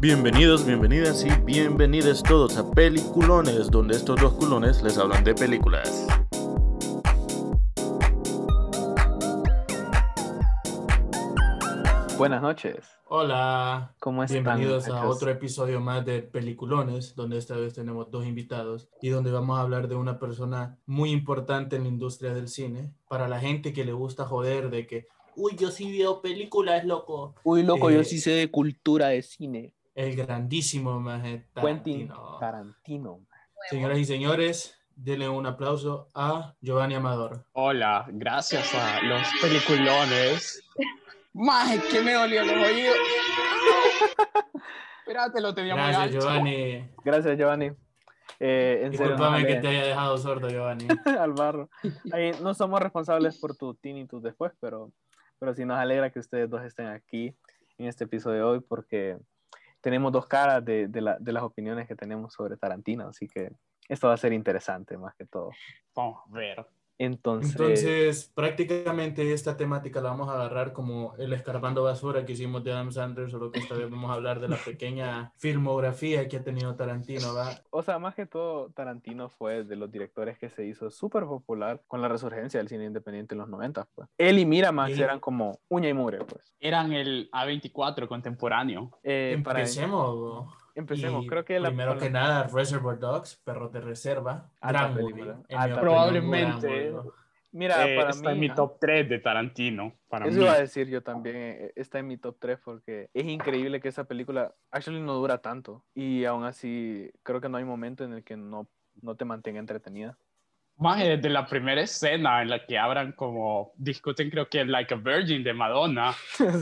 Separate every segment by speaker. Speaker 1: Bienvenidos, bienvenidas y bienvenidos todos a Peliculones, donde estos dos culones les hablan de películas.
Speaker 2: Buenas noches.
Speaker 3: Hola,
Speaker 2: ¿Cómo están?
Speaker 3: bienvenidos a
Speaker 2: muchachos?
Speaker 3: otro episodio más de Peliculones, donde esta vez tenemos dos invitados y donde vamos a hablar de una persona muy importante en la industria del cine. Para la gente que le gusta joder de que, uy, yo sí veo películas, loco.
Speaker 4: Uy, loco,
Speaker 3: Eh,
Speaker 4: yo sí sé de cultura de cine.
Speaker 3: El grandísimo maje
Speaker 4: Quentin
Speaker 3: Tarantino.
Speaker 4: Tarantino.
Speaker 3: Señoras y señores, denle un aplauso a Giovanni Amador.
Speaker 5: Hola, gracias a los peliculones. Más que me dolió los oídos. Espérate, lo tenía muy
Speaker 3: Gracias,
Speaker 5: alto.
Speaker 3: Giovanni.
Speaker 2: Gracias, Giovanni. Eh, en serio,
Speaker 3: Disculpame
Speaker 2: no,
Speaker 3: que
Speaker 2: Ale,
Speaker 3: te haya dejado sordo, Giovanni.
Speaker 2: al barro. Ahí, no somos responsables por tu tin y tus después, pero, pero sí nos alegra que ustedes dos estén aquí en este episodio de hoy porque tenemos dos caras de, de la- de las opiniones que tenemos sobre Tarantino, así que esto va a ser interesante más que todo.
Speaker 5: Vamos a ver.
Speaker 2: Entonces,
Speaker 3: Entonces, prácticamente esta temática la vamos a agarrar como el escarbando basura que hicimos de Adam Sanders, solo que esta vez vamos a hablar de la pequeña filmografía que ha tenido Tarantino, ¿va?
Speaker 2: o sea, más que todo, Tarantino fue de los directores que se hizo súper popular con la resurgencia del cine independiente en los 90. Pues. Él y Miramax
Speaker 3: Sí.
Speaker 2: eran como uña y mugre, pues.
Speaker 5: Eran el A24 contemporáneo.
Speaker 2: Eh, para-
Speaker 3: Empecemos. bo.
Speaker 2: empecemos.
Speaker 3: Y
Speaker 2: Creo que la
Speaker 3: primero que nada, Reservoir Dogs, Perros de Reserva,
Speaker 2: Alta
Speaker 3: gran
Speaker 2: película.
Speaker 3: movie,
Speaker 2: Alta
Speaker 3: en mi opinión,
Speaker 5: Probablemente.
Speaker 3: gran movie, bo.
Speaker 2: Mira,
Speaker 5: Eh,
Speaker 2: para
Speaker 5: está
Speaker 2: mí.
Speaker 5: en mi top 3 de Tarantino. Para
Speaker 2: Eso
Speaker 5: mí.
Speaker 2: iba a decir yo también. eh, Está en mi top 3 porque es increíble que esa película actually no dura tanto. Y aún así, creo que no hay momento en el que no, no te mantenga entretenida.
Speaker 5: Más desde la primera escena en la que abran como discuten creo que Like a Virgin de Madonna.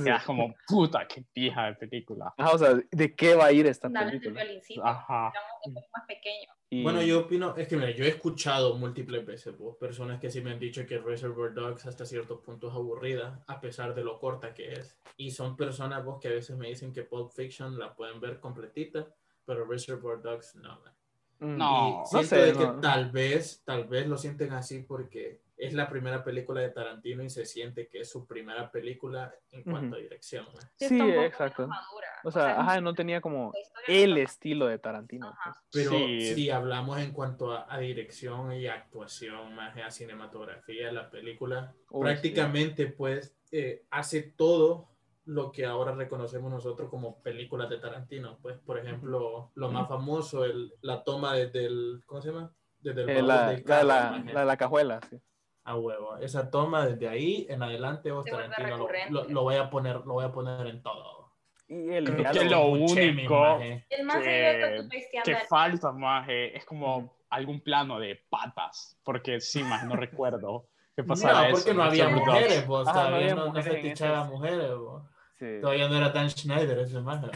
Speaker 5: Era como puta, qué pija de película.
Speaker 2: Ajá, o sea, ¿de qué va a ir esta
Speaker 6: Dale tu
Speaker 2: película? Ah.
Speaker 6: violincito,
Speaker 5: Ajá.
Speaker 6: digamos, de más pequeño.
Speaker 2: Y-
Speaker 3: Bueno, yo opino, es que mira, yo he escuchado múltiples veces bo, personas que sí me han dicho que Reservoir Dogs hasta cierto punto es aburrida, a pesar de lo corta que es. Y son personas vos que a veces me dicen que Pulp Fiction la pueden ver completita, pero Reservoir Dogs no. man.
Speaker 2: Mm,
Speaker 5: No,
Speaker 3: Y
Speaker 2: no
Speaker 3: siento
Speaker 2: sé,
Speaker 3: de que
Speaker 2: no.
Speaker 3: tal vez, tal vez lo sienten así porque es la primera película de Tarantino y se siente que es su primera película en cuanto a dirección. man.
Speaker 6: Sí,
Speaker 2: Sí,
Speaker 6: está un poco
Speaker 2: exacto.
Speaker 6: más madura.
Speaker 2: O sea,
Speaker 6: es
Speaker 2: ajá,
Speaker 6: un-
Speaker 2: no tenía como
Speaker 6: la historia no
Speaker 2: el
Speaker 6: está-
Speaker 2: estilo de Tarantino. pues.
Speaker 3: Pero
Speaker 5: Sí.
Speaker 3: si hablamos en cuanto a, a dirección y actuación, más a cinematografía, la película
Speaker 2: Uy,
Speaker 3: prácticamente pues eh, hace todo lo que ahora reconocemos nosotros como películas de Tarantino. Pues, por ejemplo, lo más famoso, el, la toma desde el, ¿cómo se llama? Desde el
Speaker 2: Eh,
Speaker 3: baúl
Speaker 2: la,
Speaker 3: del
Speaker 2: la,
Speaker 3: carro,
Speaker 2: la,
Speaker 3: maje.
Speaker 2: la- la cajuela, sí.
Speaker 3: A huevo. Esa toma desde ahí en adelante, vos
Speaker 6: Se vuelve
Speaker 3: Tarantino, lo-
Speaker 6: recurrente.
Speaker 3: lo, lo voy a poner, lo voy a poner en todo.
Speaker 2: Y el
Speaker 5: Creo que
Speaker 2: diálogo.
Speaker 5: lo
Speaker 3: Buscemi,
Speaker 5: único-
Speaker 3: maje.
Speaker 6: El más
Speaker 5: que- que falta más eh, es como algún plano de patas porque sí más no recuerdo qué pasaba
Speaker 3: No, porque no había
Speaker 6: Reservoir
Speaker 3: mujeres, vos.
Speaker 2: Ajá, Ah, no
Speaker 3: Todavía
Speaker 2: había
Speaker 3: no, no
Speaker 2: mujeres
Speaker 3: se
Speaker 2: en
Speaker 3: tichaba
Speaker 2: esas.
Speaker 3: mujeres, vos.
Speaker 2: Sí.
Speaker 3: Todavía no era Dan Schneider ese man. ¿no?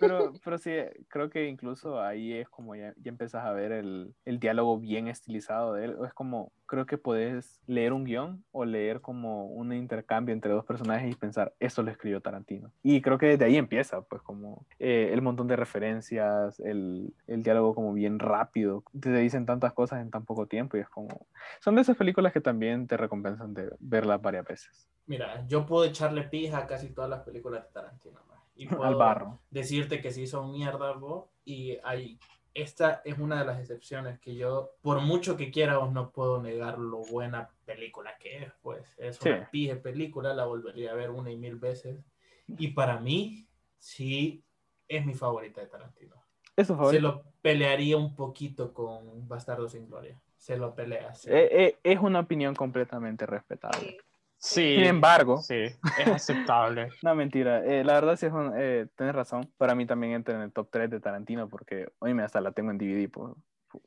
Speaker 2: Pero, pero sí, creo que incluso ahí es como ya, ya empiezas a ver el, el diálogo bien estilizado de él. Es como, creo que podés leer un guión o leer como un intercambio entre dos personajes y pensar, esto lo escribió Tarantino. Y creo que desde ahí empieza, pues como eh, el montón de referencias, el, el diálogo como bien rápido. Te dicen tantas cosas en tan poco tiempo y es como... Son de esas películas que también te recompensan de verlas varias veces.
Speaker 3: Mira, yo puedo echarle pija a casi todas las películas de Tarantino. man. Y puedo
Speaker 2: Al barro.
Speaker 3: decirte que sí son mierda, vos. Y ahí, esta es una de las excepciones que yo, por mucho que quiera, vos no puedo negar lo buena película que es. Pues es
Speaker 2: Sí.
Speaker 3: una pija película, la volvería a ver una y mil veces. Y para mí, sí, es mi favorita de Tarantino.
Speaker 2: Eso, favor.
Speaker 3: Se lo pelearía un poquito con Bastardo sin Gloria. Se lo pelea. sí.
Speaker 2: Eh, es una opinión completamente respetable.
Speaker 6: eh,
Speaker 5: sí
Speaker 2: Sin embargo,
Speaker 5: sí es aceptable
Speaker 2: no mentira, eh, la verdad sí es un- eh, tenés razón. Para mí también entra en el top 3 de Tarantino porque hoy me hasta la tengo en DVD po-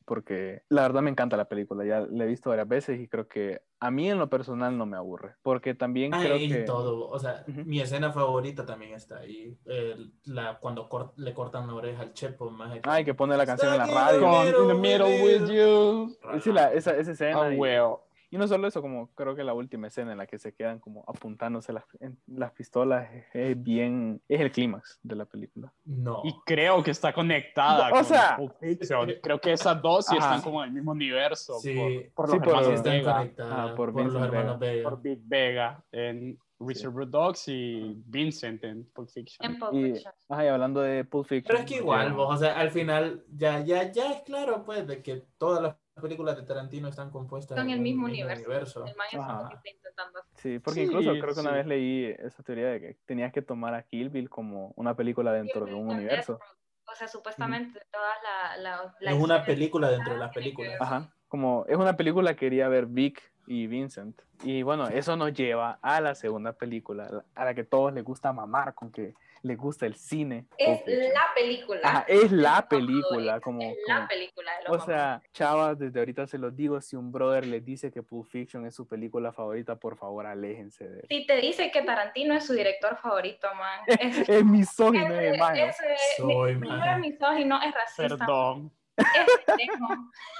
Speaker 2: porque la verdad me encanta la película, ya la he visto varias veces y creo que a mí en lo personal no me aburre, porque también
Speaker 3: Ah,
Speaker 2: creo
Speaker 3: y
Speaker 2: que
Speaker 3: todo. O sea,
Speaker 2: Ujú.
Speaker 3: mi escena favorita también está ahí. Eh, la, cuando cor- le cortan la oreja al Chepo. Más
Speaker 2: ay, que pone la canción en la
Speaker 3: Saqueo.
Speaker 2: radio.
Speaker 5: con In the Middle with You Oh,
Speaker 2: Sí, la- esa, esa escena
Speaker 5: a
Speaker 2: y-
Speaker 5: huevo
Speaker 2: Y no solo eso, como creo que la última escena en la que se quedan como apuntándose las, en- las pistolas es, es bien, es el clímax de la película.
Speaker 3: No.
Speaker 5: Y creo que está conectada.
Speaker 2: O
Speaker 5: con
Speaker 2: sea-
Speaker 5: Pulp Fiction. creo que esas dos sí
Speaker 2: Ajá.
Speaker 5: están como en el mismo universo.
Speaker 3: eh, sí,
Speaker 5: Por, por
Speaker 2: Sí,
Speaker 5: los
Speaker 2: por-
Speaker 3: sí
Speaker 5: hermanos
Speaker 3: están
Speaker 5: Vega,
Speaker 3: conectadas
Speaker 2: Ah, por
Speaker 3: por, los
Speaker 2: Vincent
Speaker 3: hermanos Vega.
Speaker 5: por Big Vega en Reservoir Dogs y Vincent en Pulp Fiction.
Speaker 6: En Pulp
Speaker 2: Y,
Speaker 6: Fiction.
Speaker 2: ajá, y hablando de Pulp Fiction.
Speaker 3: Pero es que igual,
Speaker 2: eh,
Speaker 3: vos, o sea, al final ya, ya, ya es claro, pues, de que todas las películas de Tarantino están compuestas
Speaker 6: Son el
Speaker 3: un
Speaker 6: mismo universo. El man es
Speaker 2: Ajá.
Speaker 6: lo que está intentando hacer.
Speaker 2: Sí, porque
Speaker 5: Sí,
Speaker 2: incluso creo que una
Speaker 5: sí.
Speaker 2: vez leí esa teoría de que tenías que tomar a Kill Bill como una película dentro de un
Speaker 6: Death
Speaker 2: universo.
Speaker 6: Row. O sea, supuestamente todas la, la, la
Speaker 3: Es una
Speaker 6: historia-
Speaker 3: película dentro de las
Speaker 6: Ah, tiene que
Speaker 3: películas.
Speaker 6: ver.
Speaker 2: Ajá, como es una película que quería ver Vic y Vincent. Y bueno, eso nos lleva a la segunda película, a la que todos les gusta mamar, con que les gusta el cine.
Speaker 6: Es
Speaker 2: Pulp Fiction.
Speaker 6: la película.
Speaker 2: Ajá, es la
Speaker 6: Como-
Speaker 2: película,
Speaker 6: es
Speaker 2: como...
Speaker 6: la
Speaker 2: como-
Speaker 6: película de los
Speaker 2: O sea, chavas, desde ahorita se los digo, si un brother les dice que Pulp Fiction es su película favorita, por favor, aléjense de él.
Speaker 6: Si te dice que Tarantino es su director favorito, man. Es,
Speaker 2: Es misógino de
Speaker 6: eso
Speaker 2: mayo.
Speaker 6: es, eso es-
Speaker 3: Soy
Speaker 6: mi-
Speaker 3: man.
Speaker 6: no es misógino, es racista,
Speaker 5: Perdón.
Speaker 6: es pendejo.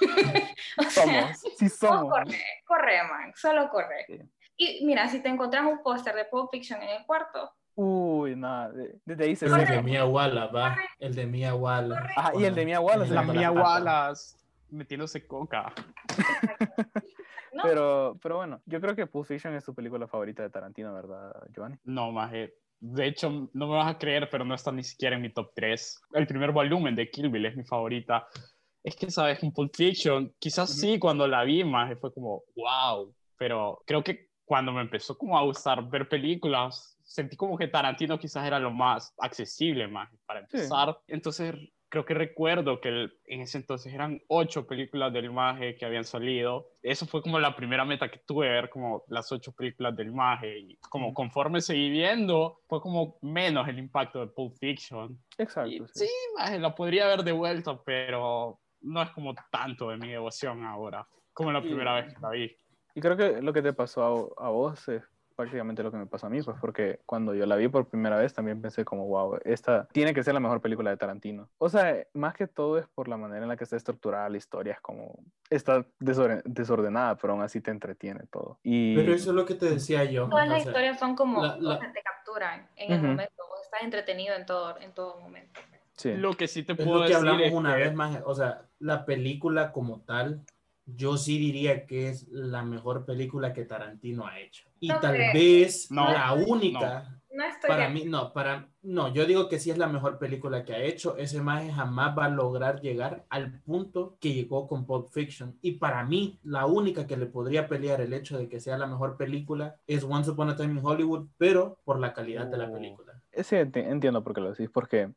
Speaker 6: o sea,
Speaker 2: Somos, sí
Speaker 6: solo
Speaker 2: somos.
Speaker 6: corre, corre, man, solo corre.
Speaker 2: Sí.
Speaker 6: Y mira, si te encontrás un póster de Pulp Fiction en el cuarto,
Speaker 2: Uy, nada, de- desde ahí se
Speaker 3: Pero Este el
Speaker 2: siente.
Speaker 3: de Mia Wallace, va. El de Mia Wallace.
Speaker 2: Ah, y el de Mia Wallace,
Speaker 5: La
Speaker 2: Dando
Speaker 5: Mia
Speaker 3: pata.
Speaker 5: Wallace metiéndose coca.
Speaker 6: no,
Speaker 2: Pero, pero bueno, yo creo que Pulp Fiction es su película favorita de Tarantino, ¿verdad, Giovanni?
Speaker 5: No, maje. De hecho, no me vas a creer, pero no está ni siquiera en mi top 3. El primer volumen de Kill Bill es mi favorita. Es que, ¿sabes? Con Pulp Fiction, quizás sí, cuando la vi, maje, fue como, wow. Pero creo que cuando me empezó como a gustar ver películas, sentí como que Tarantino quizás era lo más accesible, maje, para
Speaker 2: Sí.
Speaker 5: empezar. Entonces, creo que recuerdo que el- en ese entonces eran ocho películas del Maje que habían salido. Eso fue como la primera meta que tuve, ver como las ocho películas del Maje. Y como conforme seguí viendo, fue como menos el impacto de Pulp Fiction. Y
Speaker 2: Exacto.
Speaker 5: sí, Maje, la podría haber devuelto, pero no es como tanto de mi devoción ahora, como la
Speaker 2: Sí.
Speaker 5: primera vez que la vi.
Speaker 2: Y creo que lo que te pasó a, a vos es prácticamente lo que me pasó a mí, pues porque cuando yo la vi por primera vez también pensé como, wow, esta tiene que ser la mejor película de Tarantino. O sea, más que todo es por la manera en la que está estructurada la historia, es como, está desorden- desordenada, pero aún así te entretiene todo. Y
Speaker 3: Pero eso es lo que te decía yo.
Speaker 6: todas
Speaker 3: o
Speaker 6: las
Speaker 3: sea,
Speaker 6: historias son como,
Speaker 3: la- la-
Speaker 6: o sea, te capturan en el
Speaker 2: Ujú.
Speaker 6: momento, o estás entretenido en todo, en todo momento.
Speaker 2: sí.
Speaker 5: Lo que sí te
Speaker 3: Es
Speaker 5: puedo
Speaker 3: lo que
Speaker 5: decir
Speaker 3: hablamos
Speaker 5: es
Speaker 3: una
Speaker 5: que-
Speaker 3: vez más, o sea, la película como tal, yo sí diría que es la mejor película que Tarantino ha hecho. Y
Speaker 6: No
Speaker 3: tal
Speaker 6: creo.
Speaker 3: vez
Speaker 5: No,
Speaker 3: la única,
Speaker 6: No estoy
Speaker 3: para
Speaker 6: de-
Speaker 3: mí, no, para, no, yo digo que sí es la mejor película que ha hecho, ese maje jamás va a lograr llegar al punto que llegó con Pulp Fiction. Y para mí, la única que le podría pelear el hecho de que sea la mejor película es Once Upon a Time in Hollywood, pero por la calidad de la
Speaker 2: Oh.
Speaker 3: película.
Speaker 2: Sí, enti- entiendo por qué lo decís, porque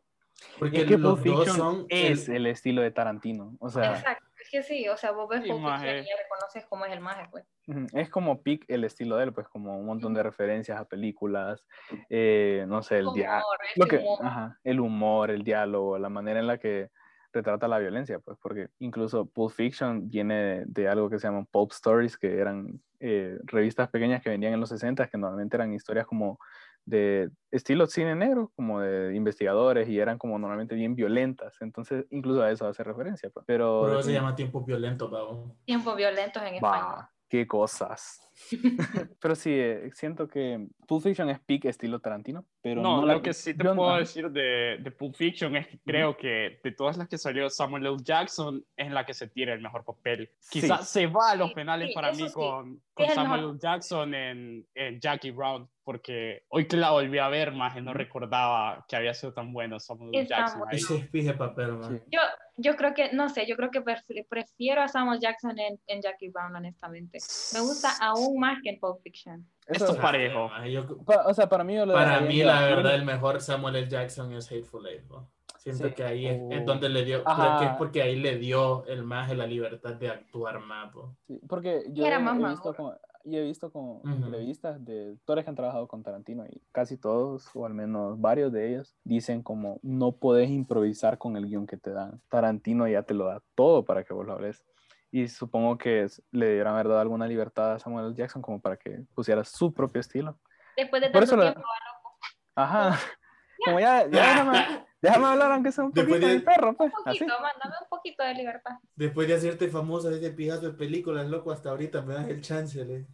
Speaker 3: Porque
Speaker 2: es que
Speaker 3: los
Speaker 2: Pulp
Speaker 3: dos
Speaker 2: Fiction
Speaker 3: son...
Speaker 2: es
Speaker 3: el-
Speaker 2: el estilo de Tarantino. O sea,
Speaker 6: Exacto, es que sí, o sea, vos ves
Speaker 5: Sí,
Speaker 6: Pulp Fiction
Speaker 5: maje.
Speaker 6: y ya reconoces cómo es el maje, pues.
Speaker 2: Ujú, Es como pic el estilo de él, pues como un montón de referencias a películas, eh, no sé, el
Speaker 6: Humor,
Speaker 2: diálogo,
Speaker 6: este
Speaker 2: lo que, ah.
Speaker 6: humor.
Speaker 2: ajá, el humor, el diálogo, la manera en la que retrata la violencia, pues porque incluso Pulp Fiction viene de, de algo que se llaman Pulp Stories, que eran eh, revistas pequeñas que vendían en los 60, que normalmente eran historias como de estilo cine negro, como de investigadores, y eran como normalmente bien violentas, entonces incluso a eso hace referencia, pues. pero...
Speaker 3: Pero se
Speaker 2: definitivamente-
Speaker 3: llama Tiempos Violentos, pavo.
Speaker 6: Tiempos violentos en España.
Speaker 2: Bah, qué cosas. pero sí, eh, siento que Pulp Fiction es peak estilo Tarantino, pero
Speaker 5: No,
Speaker 2: no
Speaker 5: lo
Speaker 2: la-
Speaker 5: que sí te
Speaker 2: yo-
Speaker 5: puedo
Speaker 2: ajá.
Speaker 5: decir de, de Pulp Fiction es que creo que de todas las que salió Samuel L. Jackson es la que se tira el mejor papel.
Speaker 2: Sí.
Speaker 5: Quizás se va a los
Speaker 6: Sí,
Speaker 5: penales
Speaker 6: sí,
Speaker 5: para
Speaker 6: eso
Speaker 5: mí
Speaker 6: sí.
Speaker 5: con,
Speaker 6: Sí,
Speaker 5: con
Speaker 6: es el
Speaker 5: Samuel
Speaker 6: mejor.
Speaker 5: L. Jackson en, en Jackie Brown, porque hoy que la volví a ver más, no recordaba que había sido tan bueno Samuel L.
Speaker 6: Es tan
Speaker 5: Jackson.
Speaker 6: bueno.
Speaker 5: ahí.
Speaker 3: Ese es pije papel, man.
Speaker 2: Sí.
Speaker 6: Yo, yo creo que, no sé, yo creo que pref- prefiero a Samuel Jackson en, en Jackie Brown, honestamente. Me gusta aún más que en Pulp Fiction.
Speaker 2: Eso-
Speaker 5: Esto es parejo.
Speaker 3: Ah, yo-
Speaker 2: pa- o sea, para mí yo lo
Speaker 3: para
Speaker 2: dejaría
Speaker 3: mí,
Speaker 2: en
Speaker 3: la
Speaker 2: Tarantino.
Speaker 3: verdad, el mejor Samuel L. Jackson es Hateful Eight. ¿no? Siento
Speaker 2: Sí.
Speaker 3: que ahí es, es
Speaker 2: Oh.
Speaker 3: donde le dio, creo
Speaker 2: Ajá.
Speaker 3: que es porque ahí le dio el maje la libertad de actuar más. po.
Speaker 2: Sí, porque yo
Speaker 6: Era más
Speaker 2: he
Speaker 6: maduro.
Speaker 2: visto como, y he visto como
Speaker 3: Ujú.
Speaker 2: entrevistas de actores que han trabajado con Tarantino y casi todos, o al menos varios de ellos, dicen como no podés improvisar con el guión que te dan. Tarantino ya te lo da todo para que vos lo hables. Y supongo que es- le dieron haber dado alguna libertad a Samuel L. Jackson como para que pusiera su propio estilo.
Speaker 6: Después de
Speaker 2: Por
Speaker 6: tanto
Speaker 2: eso la-
Speaker 6: tiempo,
Speaker 2: Ajá. Como ya, ya, déjame, Déjame hablar aunque sea un
Speaker 3: Después
Speaker 2: poquito
Speaker 3: de-
Speaker 2: de... perro, pues.
Speaker 6: Un
Speaker 2: Así.
Speaker 6: poquito, mándame un poquito de libertad.
Speaker 3: Después de hacerte famosa desde pijazo de películas, loco, hasta ahorita me das el chance, le.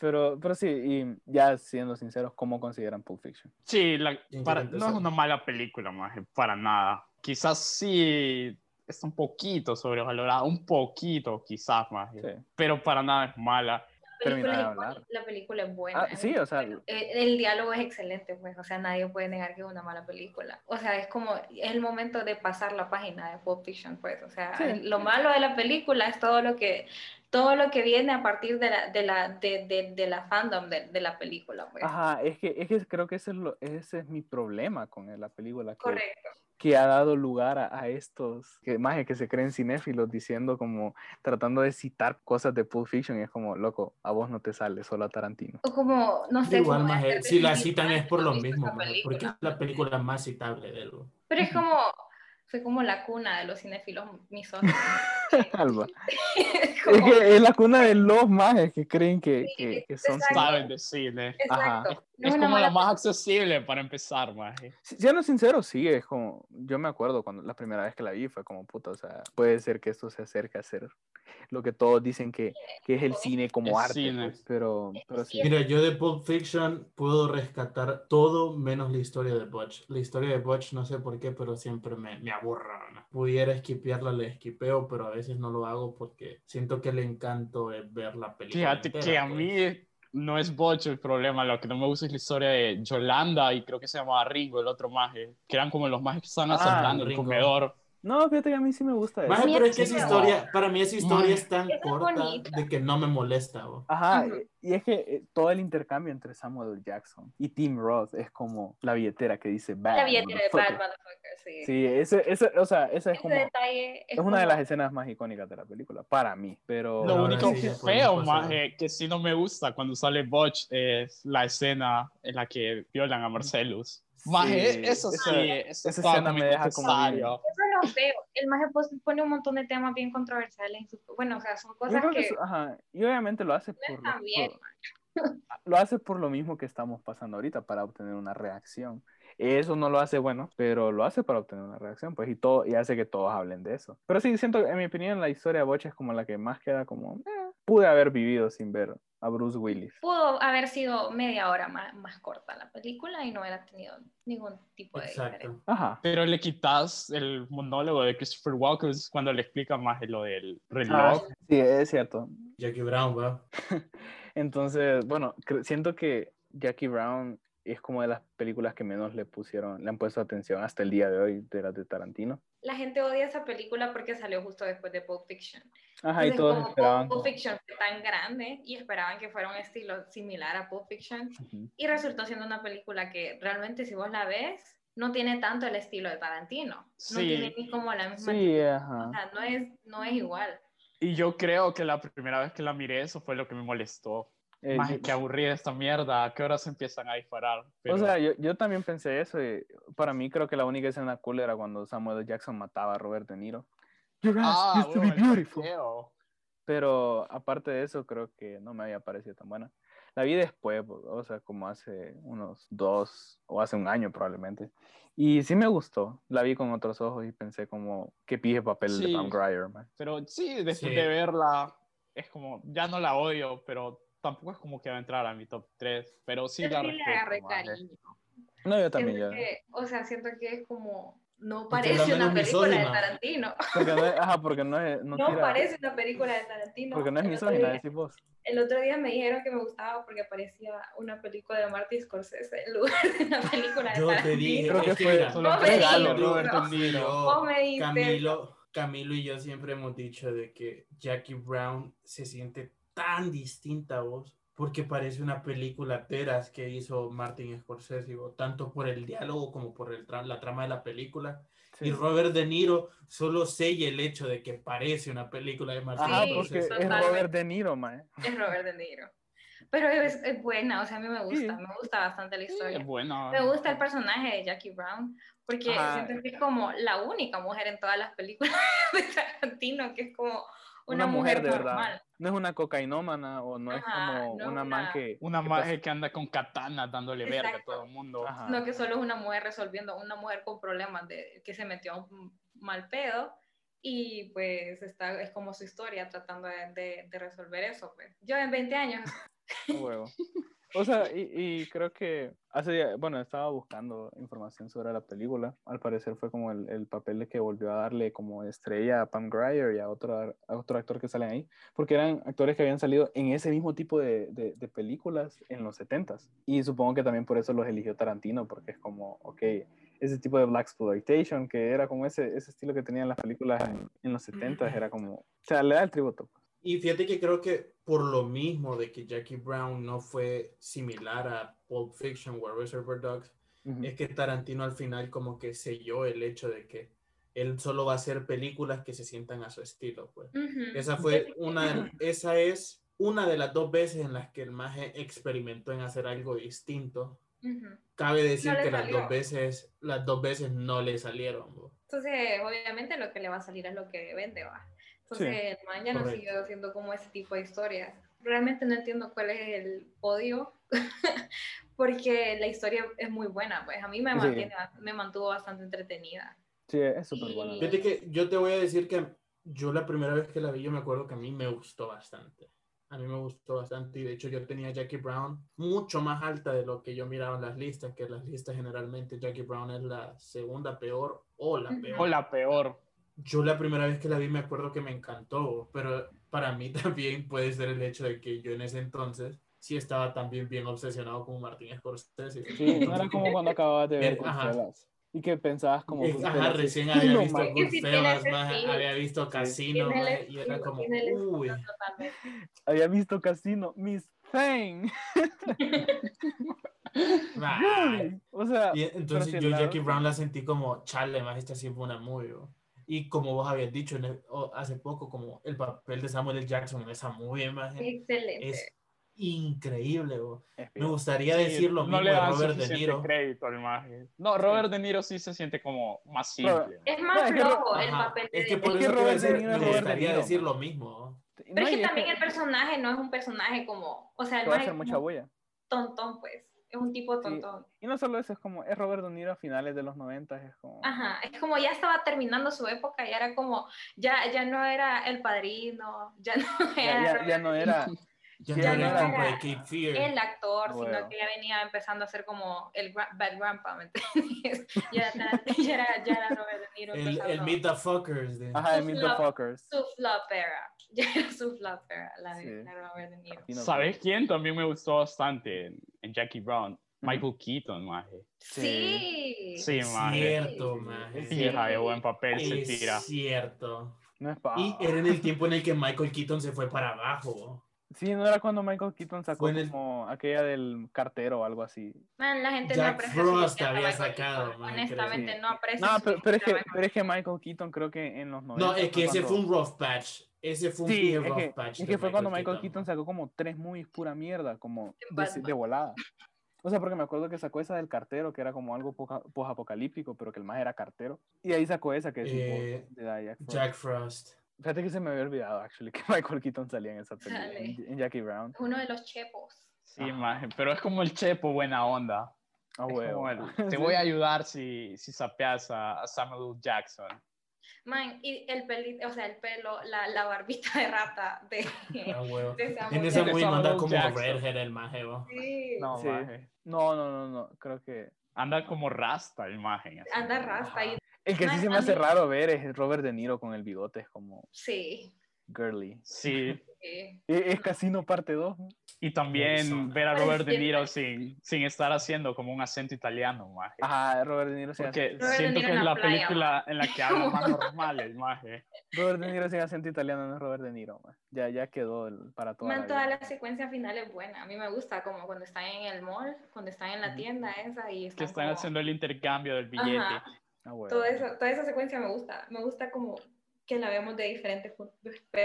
Speaker 2: Pero, pero sí, y ya siendo sinceros, ¿cómo consideran Pulp Fiction?
Speaker 5: Sí, la-
Speaker 3: Interesante
Speaker 5: para- no es
Speaker 3: eso.
Speaker 5: una mala película, maje, para nada. Quizás sí está un poquito sobrevalorada, un poquito quizás, maje,
Speaker 2: Sí.
Speaker 5: pero para nada es mala.
Speaker 6: La película,
Speaker 2: Termina de
Speaker 6: es
Speaker 2: hablar.
Speaker 6: icónica, la película es buena.
Speaker 2: Ah, sí, o sea,
Speaker 6: Eh, El diálogo es excelente, pues, o sea, nadie puede negar que es una mala película. O sea, es como, es el momento de pasar la página de Pulp Fiction, pues, o sea,
Speaker 2: Sí.
Speaker 6: lo malo de la película es todo lo que, todo lo que viene a partir de la, de la, de, de, de la fandom de, de la película, pues.
Speaker 2: Ajá, es que, es que creo que ese es, lo, ese es mi problema con la película, que,
Speaker 6: Correcto.
Speaker 2: que ha dado lugar a, a estos que, más que se creen cinéfilos diciendo como, tratando de citar cosas de Pulp Fiction y es como, loco, a vos no te sale, solo a Tarantino.
Speaker 6: O como, no sé.
Speaker 3: Igual,
Speaker 6: como
Speaker 3: maje,
Speaker 6: hacer
Speaker 3: si la
Speaker 6: definir
Speaker 3: citan es por lo
Speaker 6: cuánto hizo
Speaker 3: mismo,
Speaker 6: esa
Speaker 3: maje, porque es
Speaker 6: película.
Speaker 3: la película más citable de él. bro.
Speaker 6: Pero es como, fue como la cuna de los cinéfilos misóginos.
Speaker 2: Alba.
Speaker 6: Es
Speaker 2: Es
Speaker 6: como-
Speaker 2: que es la cuna de los majes que creen que,
Speaker 6: Sí,
Speaker 2: que, que son...
Speaker 6: exacto.
Speaker 5: Saben de cine.
Speaker 2: Ajá.
Speaker 6: Exacto. No
Speaker 5: ¿eh? es
Speaker 6: una
Speaker 5: como la
Speaker 6: mala
Speaker 5: más accesible para empezar, maje.
Speaker 2: Si- Siendo sincero, sí, es como, yo me acuerdo cuando la primera vez que la vi fue como, puta, o sea, puede ser que esto se acerque a ser lo que todos dicen que, que es el cine como
Speaker 5: Es
Speaker 2: arte,
Speaker 5: cine.
Speaker 2: pues, pero, pero sí.
Speaker 3: Mira, yo de Pulp Fiction puedo rescatar todo menos la historia de Butch. La historia de Butch no sé por qué, pero siempre me, me aburra. ¿no? Pudiera esquipearla, la esquipeo, pero a veces no lo hago porque siento que el encanto es ver la película.
Speaker 5: Fíjate
Speaker 3: entera,
Speaker 5: que a
Speaker 3: pues.
Speaker 5: mí no es Bocho el problema, lo que no me gusta es la historia de Yolanda y creo que se llamaba Ringo, el otro maje, que eran como los majes que estaban
Speaker 2: Ah,
Speaker 5: asamblando el
Speaker 3: Ringo.
Speaker 5: comedor.
Speaker 2: No, fíjate que a mí sí me gusta eso.
Speaker 3: Maje,
Speaker 6: Pues Mira,
Speaker 3: pero es que esa
Speaker 6: no.
Speaker 3: historia, para mí esa historia
Speaker 5: Maje.
Speaker 3: es tan
Speaker 6: Esa es
Speaker 3: corta
Speaker 6: bonita.
Speaker 3: de que no me molesta. bro.
Speaker 2: Ajá,
Speaker 6: Ujú.
Speaker 2: y- y es que eh, todo el intercambio entre Samuel L. Jackson y Tim Roth es como la billetera que dice Bad.
Speaker 6: La billetera de Bad
Speaker 2: Ah, motherfucker".
Speaker 6: Motherfucker, sí.
Speaker 2: Sí, ese, ese, o sea, esa es
Speaker 6: Ese
Speaker 2: como, es
Speaker 6: detalle es
Speaker 2: una de
Speaker 6: como-
Speaker 2: las escenas más icónicas de la película, para mí, pero...
Speaker 5: Lo
Speaker 3: ahora
Speaker 5: único
Speaker 3: sí,
Speaker 5: que
Speaker 3: ya
Speaker 5: feo,
Speaker 3: podemos pasar.
Speaker 5: maje, que sí no me gusta cuando sale Botch es la escena en la que violan a Marcellus. Maje,
Speaker 2: Sí,
Speaker 5: eso sí,
Speaker 2: esa-
Speaker 5: eso
Speaker 2: esa
Speaker 5: estaba
Speaker 2: escena
Speaker 5: como
Speaker 2: me deja como
Speaker 5: innecesario.
Speaker 6: Eso lo veo. El maje pues, pone un montón de temas bien controversiales. en su- Bueno, o sea, son
Speaker 2: Yo
Speaker 6: cosas
Speaker 2: creo
Speaker 6: que,
Speaker 2: que eso- ajá, y obviamente lo hace por, lo,
Speaker 6: están bien,
Speaker 2: por- lo hace por lo mismo que estamos pasando ahorita para obtener una reacción. Eso no lo hace bueno, pero lo hace para obtener una reacción, pues y todo y hace que todos hablen de eso. Pero sí siento en mi opinión la historia de Bocha es como la que más queda como eh, pude haber vivido sin ver a Bruce Willis.
Speaker 6: pudo haber sido media hora más, más corta la película y no hubiera tenido ningún tipo de diferencia.
Speaker 3: Exacto.
Speaker 2: Ajá.
Speaker 5: Pero le quitas el monólogo de Christopher Walken es cuando le explica más lo del reloj.
Speaker 2: Ah, sí, es cierto.
Speaker 3: Jackie Brown, va.
Speaker 2: Entonces, bueno, cre- siento que Jackie Brown es como de las películas que menos le pusieron, le han puesto atención hasta el día de hoy de las de Tarantino.
Speaker 6: La gente odia esa película porque salió justo después de Pulp Fiction.
Speaker 2: Ajá, y
Speaker 6: Entonces,
Speaker 2: todos
Speaker 6: como
Speaker 2: esperaban.
Speaker 6: Pulp Fiction fue tan grande y esperaban que fuera un estilo similar a Pulp Fiction
Speaker 2: Ujú.
Speaker 6: y resultó siendo una película que realmente si vos la ves no tiene tanto el estilo de Tarantino. No
Speaker 5: Sí.
Speaker 6: tiene ni como la misma...
Speaker 2: Sí, eh, ajá.
Speaker 6: O sea, no es, no es igual.
Speaker 5: Y yo creo que la primera vez que la miré, eso fue lo que me molestó.
Speaker 2: Eh,
Speaker 5: Maje,
Speaker 2: yo-
Speaker 5: qué aburrida esta mierda. ¿A qué hora se empiezan a disparar? Pero
Speaker 2: o sea, yo, yo también pensé eso. y para mí, creo que la única escena cool era cuando Samuel L. Jackson mataba a Robert De Niro. Your ass
Speaker 5: ah,
Speaker 2: used to be
Speaker 5: huevo, el
Speaker 2: beautiful.
Speaker 5: conteo.
Speaker 2: Pero aparte de eso, creo que no me había parecido tan buena. La vi después, po- o sea, como hace unos dos o hace un año probablemente. Y sí me gustó. La vi con otros ojos y pensé como, qué pije papel de
Speaker 5: Sí.
Speaker 2: Pam Grier, man.
Speaker 5: Pero sí, después
Speaker 3: Sí.
Speaker 5: de verla, es como, ya no la odio, pero tampoco es como que va a entrar a mi top 3. Pero sí
Speaker 6: Yo
Speaker 5: la
Speaker 6: sí le agarré
Speaker 5: respeto. maje.
Speaker 6: cariño.
Speaker 2: No, yo también.
Speaker 6: Siento
Speaker 2: yo-
Speaker 6: que- o sea, siento que es como. No
Speaker 3: Porque
Speaker 6: parece
Speaker 3: la
Speaker 6: una
Speaker 3: menos
Speaker 6: película de
Speaker 3: misógina.
Speaker 6: Tarantino.
Speaker 2: Porque no es, ajá, porque no es... No,
Speaker 6: No,
Speaker 2: tira-
Speaker 6: parece una película de Tarantino.
Speaker 2: Porque no es
Speaker 6: El otro
Speaker 2: misógina,
Speaker 6: día-
Speaker 2: decís vos.
Speaker 6: El otro día me dijeron que me gustaba porque parecía una película de Martin Scorsese en lugar de una película de
Speaker 3: Yo te dije,
Speaker 6: Tarantino.
Speaker 2: Creo que fue-
Speaker 3: espera.
Speaker 5: Solo
Speaker 6: No
Speaker 5: un
Speaker 6: me
Speaker 5: regalo,
Speaker 6: digas,
Speaker 5: Robert
Speaker 6: no.
Speaker 5: De Niro.
Speaker 6: Vos me dices.
Speaker 3: Camilo, Camilo y yo siempre hemos dicho de que Jackie Brown se siente tan distinta a vos porque parece una película teras que hizo Martin Scorsese, bo, tanto por el diálogo como por el tra- la trama de la película.
Speaker 2: Sí.
Speaker 3: Y Robert De Niro solo sella el hecho de que parece una película de Martin
Speaker 2: Ajá,
Speaker 6: Sí,
Speaker 2: porque
Speaker 3: Scorsese.
Speaker 2: es
Speaker 6: totalmente.
Speaker 2: Robert De Niro, mae.
Speaker 6: Es Robert De Niro. Pero es, es buena, o sea, a mí me gusta.
Speaker 2: Sí.
Speaker 6: Me gusta bastante la
Speaker 5: Sí,
Speaker 6: historia.
Speaker 5: es buena.
Speaker 6: Me gusta el personaje de Jackie Brown porque
Speaker 2: Ajá.
Speaker 6: siento que es como la única mujer en todas las películas de Tarantino que es como una,
Speaker 2: Una mujer de verdad.
Speaker 6: normal.
Speaker 2: no es una cocainómana o no es
Speaker 6: Ajá,
Speaker 2: como
Speaker 6: no es
Speaker 2: una man
Speaker 6: una-
Speaker 2: que...
Speaker 5: Una
Speaker 2: ¿Qué
Speaker 5: magia que anda con katana dándole verga a
Speaker 6: Exacto.
Speaker 5: todo el mundo.
Speaker 2: Ajá.
Speaker 6: No, que solo es una mujer resolviendo, una mujer con problemas de, que se metió a un mal pedo y pues está, es como su historia tratando de, de- de resolver eso. Pues. Yo en 20 años,
Speaker 2: A huevo. O sea, y, y creo que hace, bueno, estaba buscando información sobre la película. Al parecer fue como el, el papel que volvió a darle como estrella a Pam Grier y a otro, ar- a otro actor que salen ahí, porque eran actores que habían salido en ese mismo tipo de, de- de películas en los 70s. Y supongo que también por eso los eligió Tarantino, porque es como, ok, ese tipo de Black Exploitation, que era como ese, ese estilo que tenían las películas en, en los 70s, era como, o sea, le da el tributo.
Speaker 3: Y fíjate que creo que por lo mismo de que Jackie Brown no fue similar a Pulp Fiction o a Reservoir Dogs,
Speaker 2: Ujú.
Speaker 3: es que Tarantino al final como que selló el hecho de que él solo va a hacer películas que se sientan a su estilo, pues.
Speaker 6: ujú,
Speaker 3: Esa fue una, esa es una de las dos veces en las que el maje experimentó en hacer algo distinto.
Speaker 6: ujú.
Speaker 3: Cabe decir
Speaker 6: No le
Speaker 3: que las
Speaker 6: salió.
Speaker 3: dos veces, las dos veces no le salieron. bo.
Speaker 6: Entonces, obviamente lo que le va a salir es lo que vende, va. Entonces, el man ya no
Speaker 3: Correcto.
Speaker 6: siguió haciendo como ese tipo de historias. Realmente no entiendo cuál es el odio, porque la historia es muy buena, pues a mí me,
Speaker 2: Sí.
Speaker 6: mantiene- me mantuvo bastante entretenida.
Speaker 2: Sí, es súper bueno.
Speaker 6: Y-
Speaker 3: Fíjate que yo te voy a decir que yo la primera vez que la vi, yo me acuerdo que a mí me gustó bastante. A mí me gustó bastante y de hecho yo tenía a Jackie Brown mucho más alta de lo que yo miraba en las listas, que en las listas generalmente Jackie Brown es la segunda peor o la
Speaker 6: Ujú.
Speaker 3: peor.
Speaker 5: O la peor.
Speaker 3: Yo la primera vez que la vi me acuerdo que me encantó, pero para mí también puede ser el hecho de que yo en ese entonces sí estaba también bien obsesionado con Martín Scorsese.
Speaker 2: Sí, no era como cuando acababas de ver
Speaker 3: Ajá.
Speaker 2: Goodfellas y que pensabas como
Speaker 3: Eh,
Speaker 2: Goodfellas,
Speaker 3: Ajá,
Speaker 2: es
Speaker 3: recién
Speaker 2: estilo,
Speaker 3: había visto
Speaker 2: man.
Speaker 6: Es que sí tiene
Speaker 3: Goodfellas,
Speaker 6: ese
Speaker 3: maje,
Speaker 6: estilo.
Speaker 3: había visto Casino
Speaker 6: Tiene el
Speaker 3: maje, y era
Speaker 6: estilo,
Speaker 3: como,
Speaker 6: tiene el estilo
Speaker 3: uy.
Speaker 6: totalmente.
Speaker 2: Había visto Casino, Miss Thing.
Speaker 3: Ay.
Speaker 2: O sea,
Speaker 3: Y entonces yo
Speaker 2: Cancelado.
Speaker 3: Jackie Brown la sentí como, chale, más esta sí es buena movie. bro". Y como vos habías dicho en el- o- hace poco, como el papel de Samuel L. Jackson en esa movie, maje,
Speaker 6: Es excelente.
Speaker 3: es increíble. bro.
Speaker 2: es
Speaker 3: Me
Speaker 2: bien.
Speaker 3: gustaría
Speaker 5: Sí,
Speaker 3: decir lo
Speaker 5: no
Speaker 3: mismo
Speaker 5: le
Speaker 3: de
Speaker 5: dan
Speaker 3: Robert De
Speaker 5: suficiente
Speaker 3: Niro.
Speaker 5: crédito al maje. No, Robert De Niro sí se siente como más
Speaker 2: Pero-
Speaker 5: simple.
Speaker 6: Es
Speaker 2: No,
Speaker 6: más
Speaker 2: es que-
Speaker 6: flojo el
Speaker 3: Ajá.
Speaker 6: papel de
Speaker 3: Es que por
Speaker 2: Es que
Speaker 3: eso te iba a
Speaker 2: Robert De
Speaker 3: decir,
Speaker 2: Niro
Speaker 3: me
Speaker 2: es Robert De
Speaker 3: gustaría
Speaker 2: Niro,
Speaker 3: decir
Speaker 2: man.
Speaker 3: lo mismo.
Speaker 6: Pero
Speaker 2: No,
Speaker 6: es
Speaker 2: y
Speaker 6: que
Speaker 2: es
Speaker 6: también
Speaker 2: que
Speaker 6: el personaje no es un personaje como, o sea, el
Speaker 2: puede
Speaker 6: man es
Speaker 2: hacer mucha
Speaker 6: un
Speaker 2: bulla.
Speaker 6: tontón, pues. Es un tipo tontón.
Speaker 2: Y no solo eso, es como, es Robert De Niro a finales de los 90, es como...
Speaker 6: Ajá, es como ya estaba terminando su época, ya era como, ya, ya no era el padrino, ya no
Speaker 2: Ya,
Speaker 6: era
Speaker 2: ya- ya no era...
Speaker 3: Ya
Speaker 2: Ya
Speaker 3: no
Speaker 2: no
Speaker 3: era
Speaker 2: era-
Speaker 3: el compa de Cape Fear.
Speaker 6: el actor,
Speaker 2: Bueno.
Speaker 6: sino que ya venía empezando a ser como el gra- bad grandpa, ¿me entiendes? Ya era, Tarant- ya era, ya era Robert De Niro
Speaker 3: El, el
Speaker 6: empezando
Speaker 3: Meet the Fuckers. de-
Speaker 2: Ajá, de Meet the
Speaker 6: No.
Speaker 2: Fuckers.
Speaker 6: su flop era, ya era su flop era la de
Speaker 2: Sí.
Speaker 6: la Robert De Niro.
Speaker 2: Y no-
Speaker 5: ¿Sabes quién también me gustó bastante en, en Jackie Brown? Michael Keaton, maje.
Speaker 6: Sí.
Speaker 5: Sí,
Speaker 3: Es
Speaker 5: maje.
Speaker 3: cierto,
Speaker 2: Sí.
Speaker 3: maje.
Speaker 2: Sí.
Speaker 5: Fija de buen papel se
Speaker 3: Es
Speaker 5: tira.
Speaker 3: cierto.
Speaker 2: No es pa...
Speaker 3: Y era en el tiempo en el que Michael Keaton se fue para abajo.
Speaker 2: Sí, no era cuando Michael Keaton sacó
Speaker 3: Fue en el-
Speaker 2: como aquella del cartero o algo así.
Speaker 6: Man, la gente no
Speaker 3: Jack
Speaker 6: aprecia
Speaker 3: Frost
Speaker 6: suficiente a
Speaker 3: había
Speaker 6: Michael
Speaker 3: sacado,
Speaker 6: Keaton.
Speaker 3: man,
Speaker 6: Honestamente,
Speaker 2: creo.
Speaker 6: no aprecio.
Speaker 2: No, pero, pero es que,
Speaker 6: suficiente a
Speaker 2: pero es que Michael Keaton creo que en los 90...
Speaker 3: No, es que ese
Speaker 2: cuando-
Speaker 3: fue un rough patch. Ese fue un
Speaker 2: Sí,
Speaker 3: bien
Speaker 2: es
Speaker 3: rough
Speaker 2: que,
Speaker 3: patch.
Speaker 2: es
Speaker 3: de
Speaker 2: que fue cuando Michael Keaton sacó como tres movies pura mierda, como de,
Speaker 6: Batman.
Speaker 2: de volada. O sea, porque me acuerdo que sacó esa del cartero, que era como algo poca- posapocalíptico, pero que el más era cartero. Y ahí sacó esa que es
Speaker 3: Eh,
Speaker 2: tipo de la Jack Frost.
Speaker 3: Jack Frost.
Speaker 2: Fíjate que se me había olvidado, actually, que Michael Keaton salía en esa película,
Speaker 6: Dale.
Speaker 2: en, en Jackie Brown.
Speaker 6: Michael Keaton. Uno de los chepos.
Speaker 5: Sí, maje. Pero es como el chepo buena onda.
Speaker 2: Ah,
Speaker 5: Es
Speaker 2: huevo.
Speaker 5: como el, te voy a ayudar si, si sapeas a, a Samuel L. Jackson.
Speaker 6: Man, y el pelito, o sea, el pelo, la, la barbita de rata de, de
Speaker 3: Ah, huevo.
Speaker 6: Samuel
Speaker 3: En esa
Speaker 6: Jackson.
Speaker 3: movie no anda como
Speaker 5: Jackson.
Speaker 3: Redhead el majeo.
Speaker 6: Sí.
Speaker 5: No,
Speaker 2: Sí.
Speaker 5: maje.
Speaker 2: No, no, no, no, creo que...
Speaker 5: Anda como rasta el maje. así.
Speaker 6: Anda rasta ahí.
Speaker 2: El que sí
Speaker 6: Man,
Speaker 2: se me
Speaker 6: a
Speaker 2: hace
Speaker 6: mí-
Speaker 2: raro ver es Robert De Niro con el bigote, es como
Speaker 6: Sí.
Speaker 2: girly.
Speaker 5: Sí.
Speaker 6: sí.
Speaker 2: Es, es Casino parte 2.
Speaker 5: Y también
Speaker 3: Arizona.
Speaker 5: ver a
Speaker 6: Ay,
Speaker 5: Robert De
Speaker 6: sí,
Speaker 5: Niro
Speaker 6: maje.
Speaker 5: sin, sin estar haciendo como un acento italiano, maje.
Speaker 2: Ajá, Robert De Niro se
Speaker 5: Porque
Speaker 6: Robert De
Speaker 5: siento
Speaker 6: Niro
Speaker 5: que
Speaker 6: en
Speaker 5: es
Speaker 6: la
Speaker 5: la
Speaker 6: playa,
Speaker 5: película en la que habla más normal el maje.
Speaker 2: Robert De Niro sin acento italiano no es Robert De Niro, man. ya, ya quedó el- para toda
Speaker 6: Man,
Speaker 2: la
Speaker 6: toda
Speaker 2: vida. Ah,
Speaker 6: la secuencia final es buena. A mí me gusta como cuando están en el mall, cuando están en la
Speaker 2: Ujú.
Speaker 6: tienda esa y están
Speaker 5: Que están
Speaker 6: como-
Speaker 5: haciendo el intercambio del billete.
Speaker 6: Ajá.
Speaker 2: Ah, huevo.
Speaker 6: Todo eso, toda esa secuencia me gusta. Me gusta como que la vemos de diferentes pu-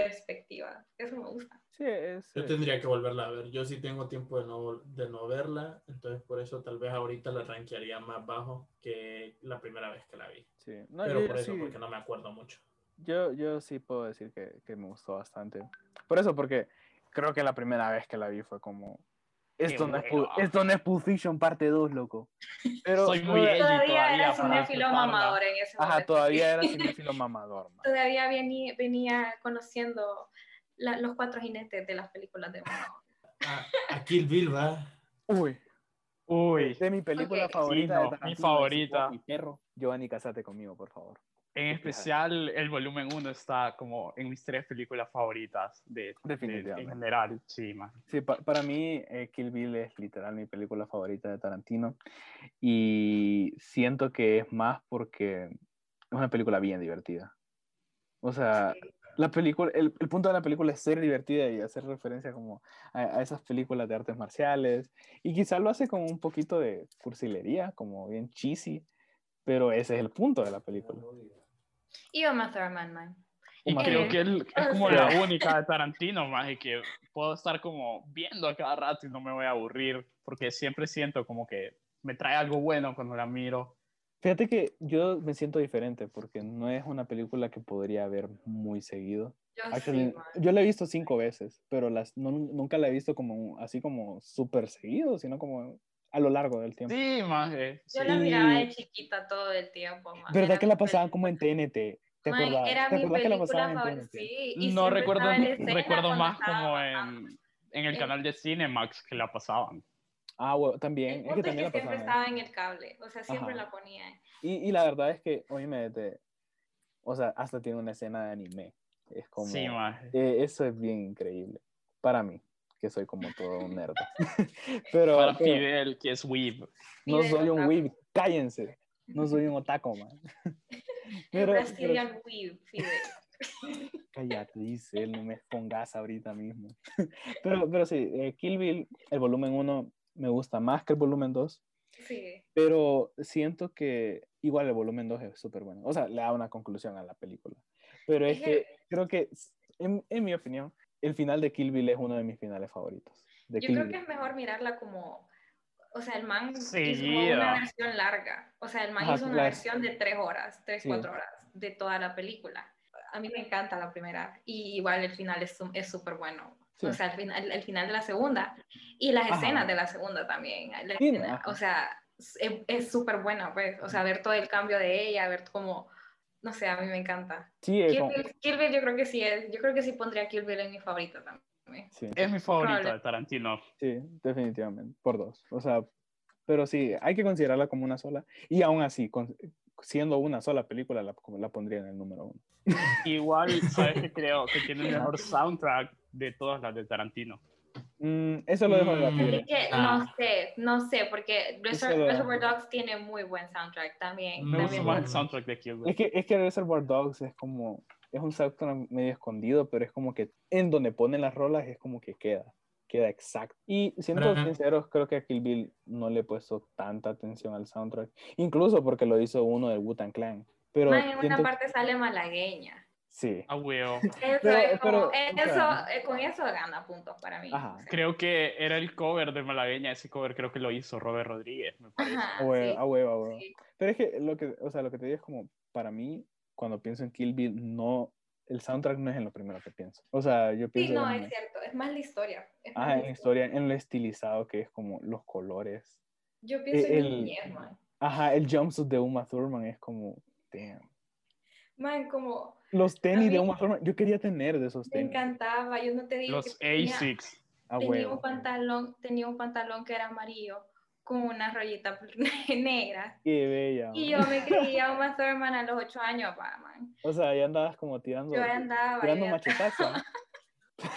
Speaker 6: perspectivas. Eso me gusta.
Speaker 2: Sí, es, eh,
Speaker 3: Yo tendría que volverla a ver. Yo sí tengo tiempo de no, vol- de no verla. Entonces, por eso tal vez ahorita la rankearía más bajo que la primera vez que la vi.
Speaker 2: sí. No,
Speaker 3: Pero
Speaker 2: yo-
Speaker 3: por eso,
Speaker 2: sí,
Speaker 3: porque no me acuerdo mucho.
Speaker 2: Yo, yo sí puedo decir que, que me gustó bastante. Por eso, porque creo que la primera vez que la vi fue como. Esto, no, es,
Speaker 5: bueno.
Speaker 2: Pul- esto no es Pulp Fiction parte 2, loco. Pero
Speaker 5: Soy muy
Speaker 2: todavía-
Speaker 5: edgy
Speaker 6: Todavía
Speaker 5: todavía
Speaker 6: era
Speaker 5: para
Speaker 6: cinéfilo
Speaker 5: aceptarla.
Speaker 6: mamador en ese momento.
Speaker 2: Ajá, todavía era cinéfilo mamador. man.
Speaker 6: Todavía venía, venía conociendo la- los cuatro jinetes de las películas de Mao.
Speaker 3: A, Ah, a Kill Bill, va.
Speaker 2: Uy,
Speaker 5: Uy,
Speaker 2: de mi película
Speaker 6: Ok.
Speaker 2: favorita.
Speaker 5: Sí,
Speaker 2: de
Speaker 5: no, mi
Speaker 2: Tarantino, es
Speaker 5: favorita.
Speaker 2: Mi perro. Giovanni, casate conmigo, por favor.
Speaker 5: en especial el volumen 1 está como en mis tres películas favoritas de, de- en
Speaker 2: Definitivamente.
Speaker 5: general. Sí, man.
Speaker 2: Sí, pa- para mí eh, Kill Bill es literal mi película favorita de Tarantino y siento que es más porque es una película bien divertida. O sea, la película, el, el punto de la película es ser divertida y hacer referencia como a, a esas películas de artes marciales y quizá lo hace como un poquito de cursilería, como bien cheesy, pero ese es el punto de la película.
Speaker 6: Y Uma Thurman, man.
Speaker 5: Y
Speaker 2: Uma
Speaker 5: creo
Speaker 6: Thurman.
Speaker 5: que él es
Speaker 6: O
Speaker 5: como
Speaker 6: sea.
Speaker 5: la única de Tarantino, más y que puedo estar como viendo a cada rato y no me voy a aburrir, porque siempre siento como que me trae algo bueno cuando la miro.
Speaker 2: Fíjate que yo me siento diferente porque no es una película que podría ver muy seguido.
Speaker 6: Yo
Speaker 2: Actually,
Speaker 6: Ah, sí, man.
Speaker 2: yo la he visto cinco veces, pero las, no- nunca la he visto como así como súper seguido, sino como a lo largo del tiempo.
Speaker 5: Sí, más. eh,
Speaker 6: Yo
Speaker 5: sí.
Speaker 6: la miraba
Speaker 2: Y-
Speaker 6: de chiquita todo el tiempo, man.
Speaker 2: Ah, ¿Verdad
Speaker 6: Era
Speaker 2: que
Speaker 6: mi
Speaker 2: la pasaban
Speaker 6: peli-
Speaker 2: como en TNT? ¿Te
Speaker 6: Man,
Speaker 2: acordás?
Speaker 6: Era
Speaker 2: ¿Te
Speaker 6: mi
Speaker 2: acordás que la
Speaker 6: película
Speaker 2: pasaban en
Speaker 6: favorita.
Speaker 2: TNT?
Speaker 6: Sí, y
Speaker 5: No
Speaker 6: siempre
Speaker 5: recuerdo,
Speaker 6: estaba en la escena
Speaker 5: recuerdo
Speaker 6: cuando
Speaker 5: más
Speaker 6: estaba Eh,
Speaker 5: como
Speaker 6: pasando.
Speaker 5: en, en el
Speaker 6: En-
Speaker 5: canal de Cinemax que la pasaban.
Speaker 2: Ah, bueno,
Speaker 6: El
Speaker 2: también. Es
Speaker 6: punto
Speaker 2: que
Speaker 6: es que
Speaker 2: también la
Speaker 6: siempre
Speaker 2: pasaban.
Speaker 6: estaba en el cable, o sea, siempre
Speaker 2: Ajá.
Speaker 6: la ponía.
Speaker 2: Y, y la verdad es que, hoy me o sea, hasta tiene una escena de anime. Es como...
Speaker 5: Sí, más.
Speaker 2: Eh, eso es bien increíble. Para mí, que soy como todo un nerd. pero
Speaker 5: Para
Speaker 2: pero
Speaker 5: Fidel, que es Weeb.
Speaker 2: no
Speaker 6: Fidel
Speaker 2: soy un
Speaker 6: Otaku.
Speaker 2: weeb, cállense. No soy un otaku, man.
Speaker 6: Pero,
Speaker 2: Pero-
Speaker 6: Brazilian Weave, Fidel.
Speaker 2: Cállate, dice él, no me pongas ahorita mismo. pero, pero sí, eh, Kill Bill, el volumen 1 me gusta más que el volumen 2,
Speaker 6: Sí.
Speaker 2: pero siento que igual el volumen 2 es súper bueno. O sea, le da una conclusión a la película. Pero es
Speaker 6: Es
Speaker 2: que
Speaker 6: el-
Speaker 2: creo que, en, en mi opinión, el final de Kill Bill es uno de mis finales favoritos. de
Speaker 6: Yo
Speaker 2: Kill
Speaker 6: creo
Speaker 2: Bill.
Speaker 6: que es mejor mirarla como. O sea, el man hizo como
Speaker 5: Seguida.
Speaker 6: una versión larga. O sea, el man
Speaker 2: Ajá,
Speaker 6: hizo una
Speaker 2: claro.
Speaker 6: versión de tres horas, tres,
Speaker 2: Sí.
Speaker 6: cuatro horas de toda la película. A mí me encanta la primera. Y igual el final es su- es súper bueno.
Speaker 2: Sí.
Speaker 6: O sea, el final, el final de la segunda. Y las
Speaker 2: Ajá.
Speaker 6: escenas de la segunda también. La
Speaker 2: Sí,
Speaker 6: escena-
Speaker 2: ajá.
Speaker 6: o sea, es- es súper buena, pues. O sea, ver todo el cambio de ella, ver cómo. No sé, a mí me encanta.
Speaker 2: Sí, es
Speaker 6: Kill
Speaker 2: como-
Speaker 6: Bill, Kill Bill yo creo que sí es. Yo creo que sí pondría Kill Bill en mi favorita también.
Speaker 2: sí,
Speaker 5: Es mi favorita
Speaker 6: Probable.
Speaker 5: de Tarantino.
Speaker 2: sí, definitivamente, por dos. O sea, pero sí, hay que considerarla como una sola. Y aún así, con- siendo una sola película, la, como la pondría en el número uno.
Speaker 5: Igual, ¿sabes que creo? Que tiene el mejor soundtrack de todas las de Tarantino.
Speaker 2: Mm, eso lo dejo en la
Speaker 5: Mm.
Speaker 2: libre.
Speaker 6: Así que
Speaker 5: Ah.
Speaker 6: no sé, no sé, porque Reser-
Speaker 2: Eso-
Speaker 6: Reservoir Dogs tiene muy buen soundtrack también.
Speaker 5: Me gusta
Speaker 6: también.
Speaker 5: más el soundtrack de Kill Bill.
Speaker 2: Es que, es que Reservoir Dogs es como, es un soundtrack medio escondido, pero es como que en donde ponen las rolas es como que queda, queda exacto. Y siendo
Speaker 3: Ajá.
Speaker 2: sinceros, creo que a Kill Bill no le he puesto tanta atención al soundtrack, incluso porque lo hizo uno del Wu-Tang Clan. Pero
Speaker 6: Man, Ah, en una
Speaker 2: siento-
Speaker 6: parte sale malagueña.
Speaker 2: sí,
Speaker 5: Ah, huevo.
Speaker 6: Eso
Speaker 2: Pero-
Speaker 6: es como-
Speaker 2: pero,
Speaker 6: eso,
Speaker 2: claro.
Speaker 6: eh, con eso gana puntos para mí.
Speaker 2: Ajá.
Speaker 6: O sea,
Speaker 5: Creo que era el cover de Malagueña, ese cover creo que lo hizo Robert Rodríguez, me parece.
Speaker 6: ajá,
Speaker 2: a huevo,
Speaker 6: sí,
Speaker 2: a huevo, a huevo.
Speaker 6: sí.
Speaker 2: Pero es que lo que, o sea, lo que te digo es como, para mí, cuando pienso en Kill Bill, no, el soundtrack no es en lo primero que pienso. O sea, yo
Speaker 6: Sí,
Speaker 2: pienso
Speaker 6: no,
Speaker 2: en,
Speaker 6: es cierto, es más la historia. es más
Speaker 2: ajá,
Speaker 6: la
Speaker 2: en la
Speaker 6: historia.
Speaker 2: historia, en lo estilizado que es como los colores.
Speaker 6: Yo pienso en
Speaker 2: e, el-
Speaker 6: mi niñez, man.
Speaker 2: Ajá, el jumpsuit de Uma Thurman es como, damn.
Speaker 6: Man, como
Speaker 2: Los tenis
Speaker 6: A
Speaker 2: de
Speaker 6: mí-
Speaker 2: Uma Thurman, yo quería tener de esos
Speaker 6: me
Speaker 2: tenis.
Speaker 6: encantaba, yo no te digo
Speaker 5: Los
Speaker 6: tenía-
Speaker 5: ASICs.
Speaker 2: A ah,
Speaker 6: tenía un
Speaker 2: huevo.
Speaker 6: pantalón, tenía un pantalón que era amarillo con una rollita negra.
Speaker 2: Qué bella.
Speaker 6: Y yo
Speaker 2: man.
Speaker 6: me creía Uma Thurman a los 8 años, va, man.
Speaker 2: O sea, ya andabas como tirando,
Speaker 6: Yo andaba.
Speaker 2: tirando
Speaker 6: yo-
Speaker 2: machetazos. ¿no?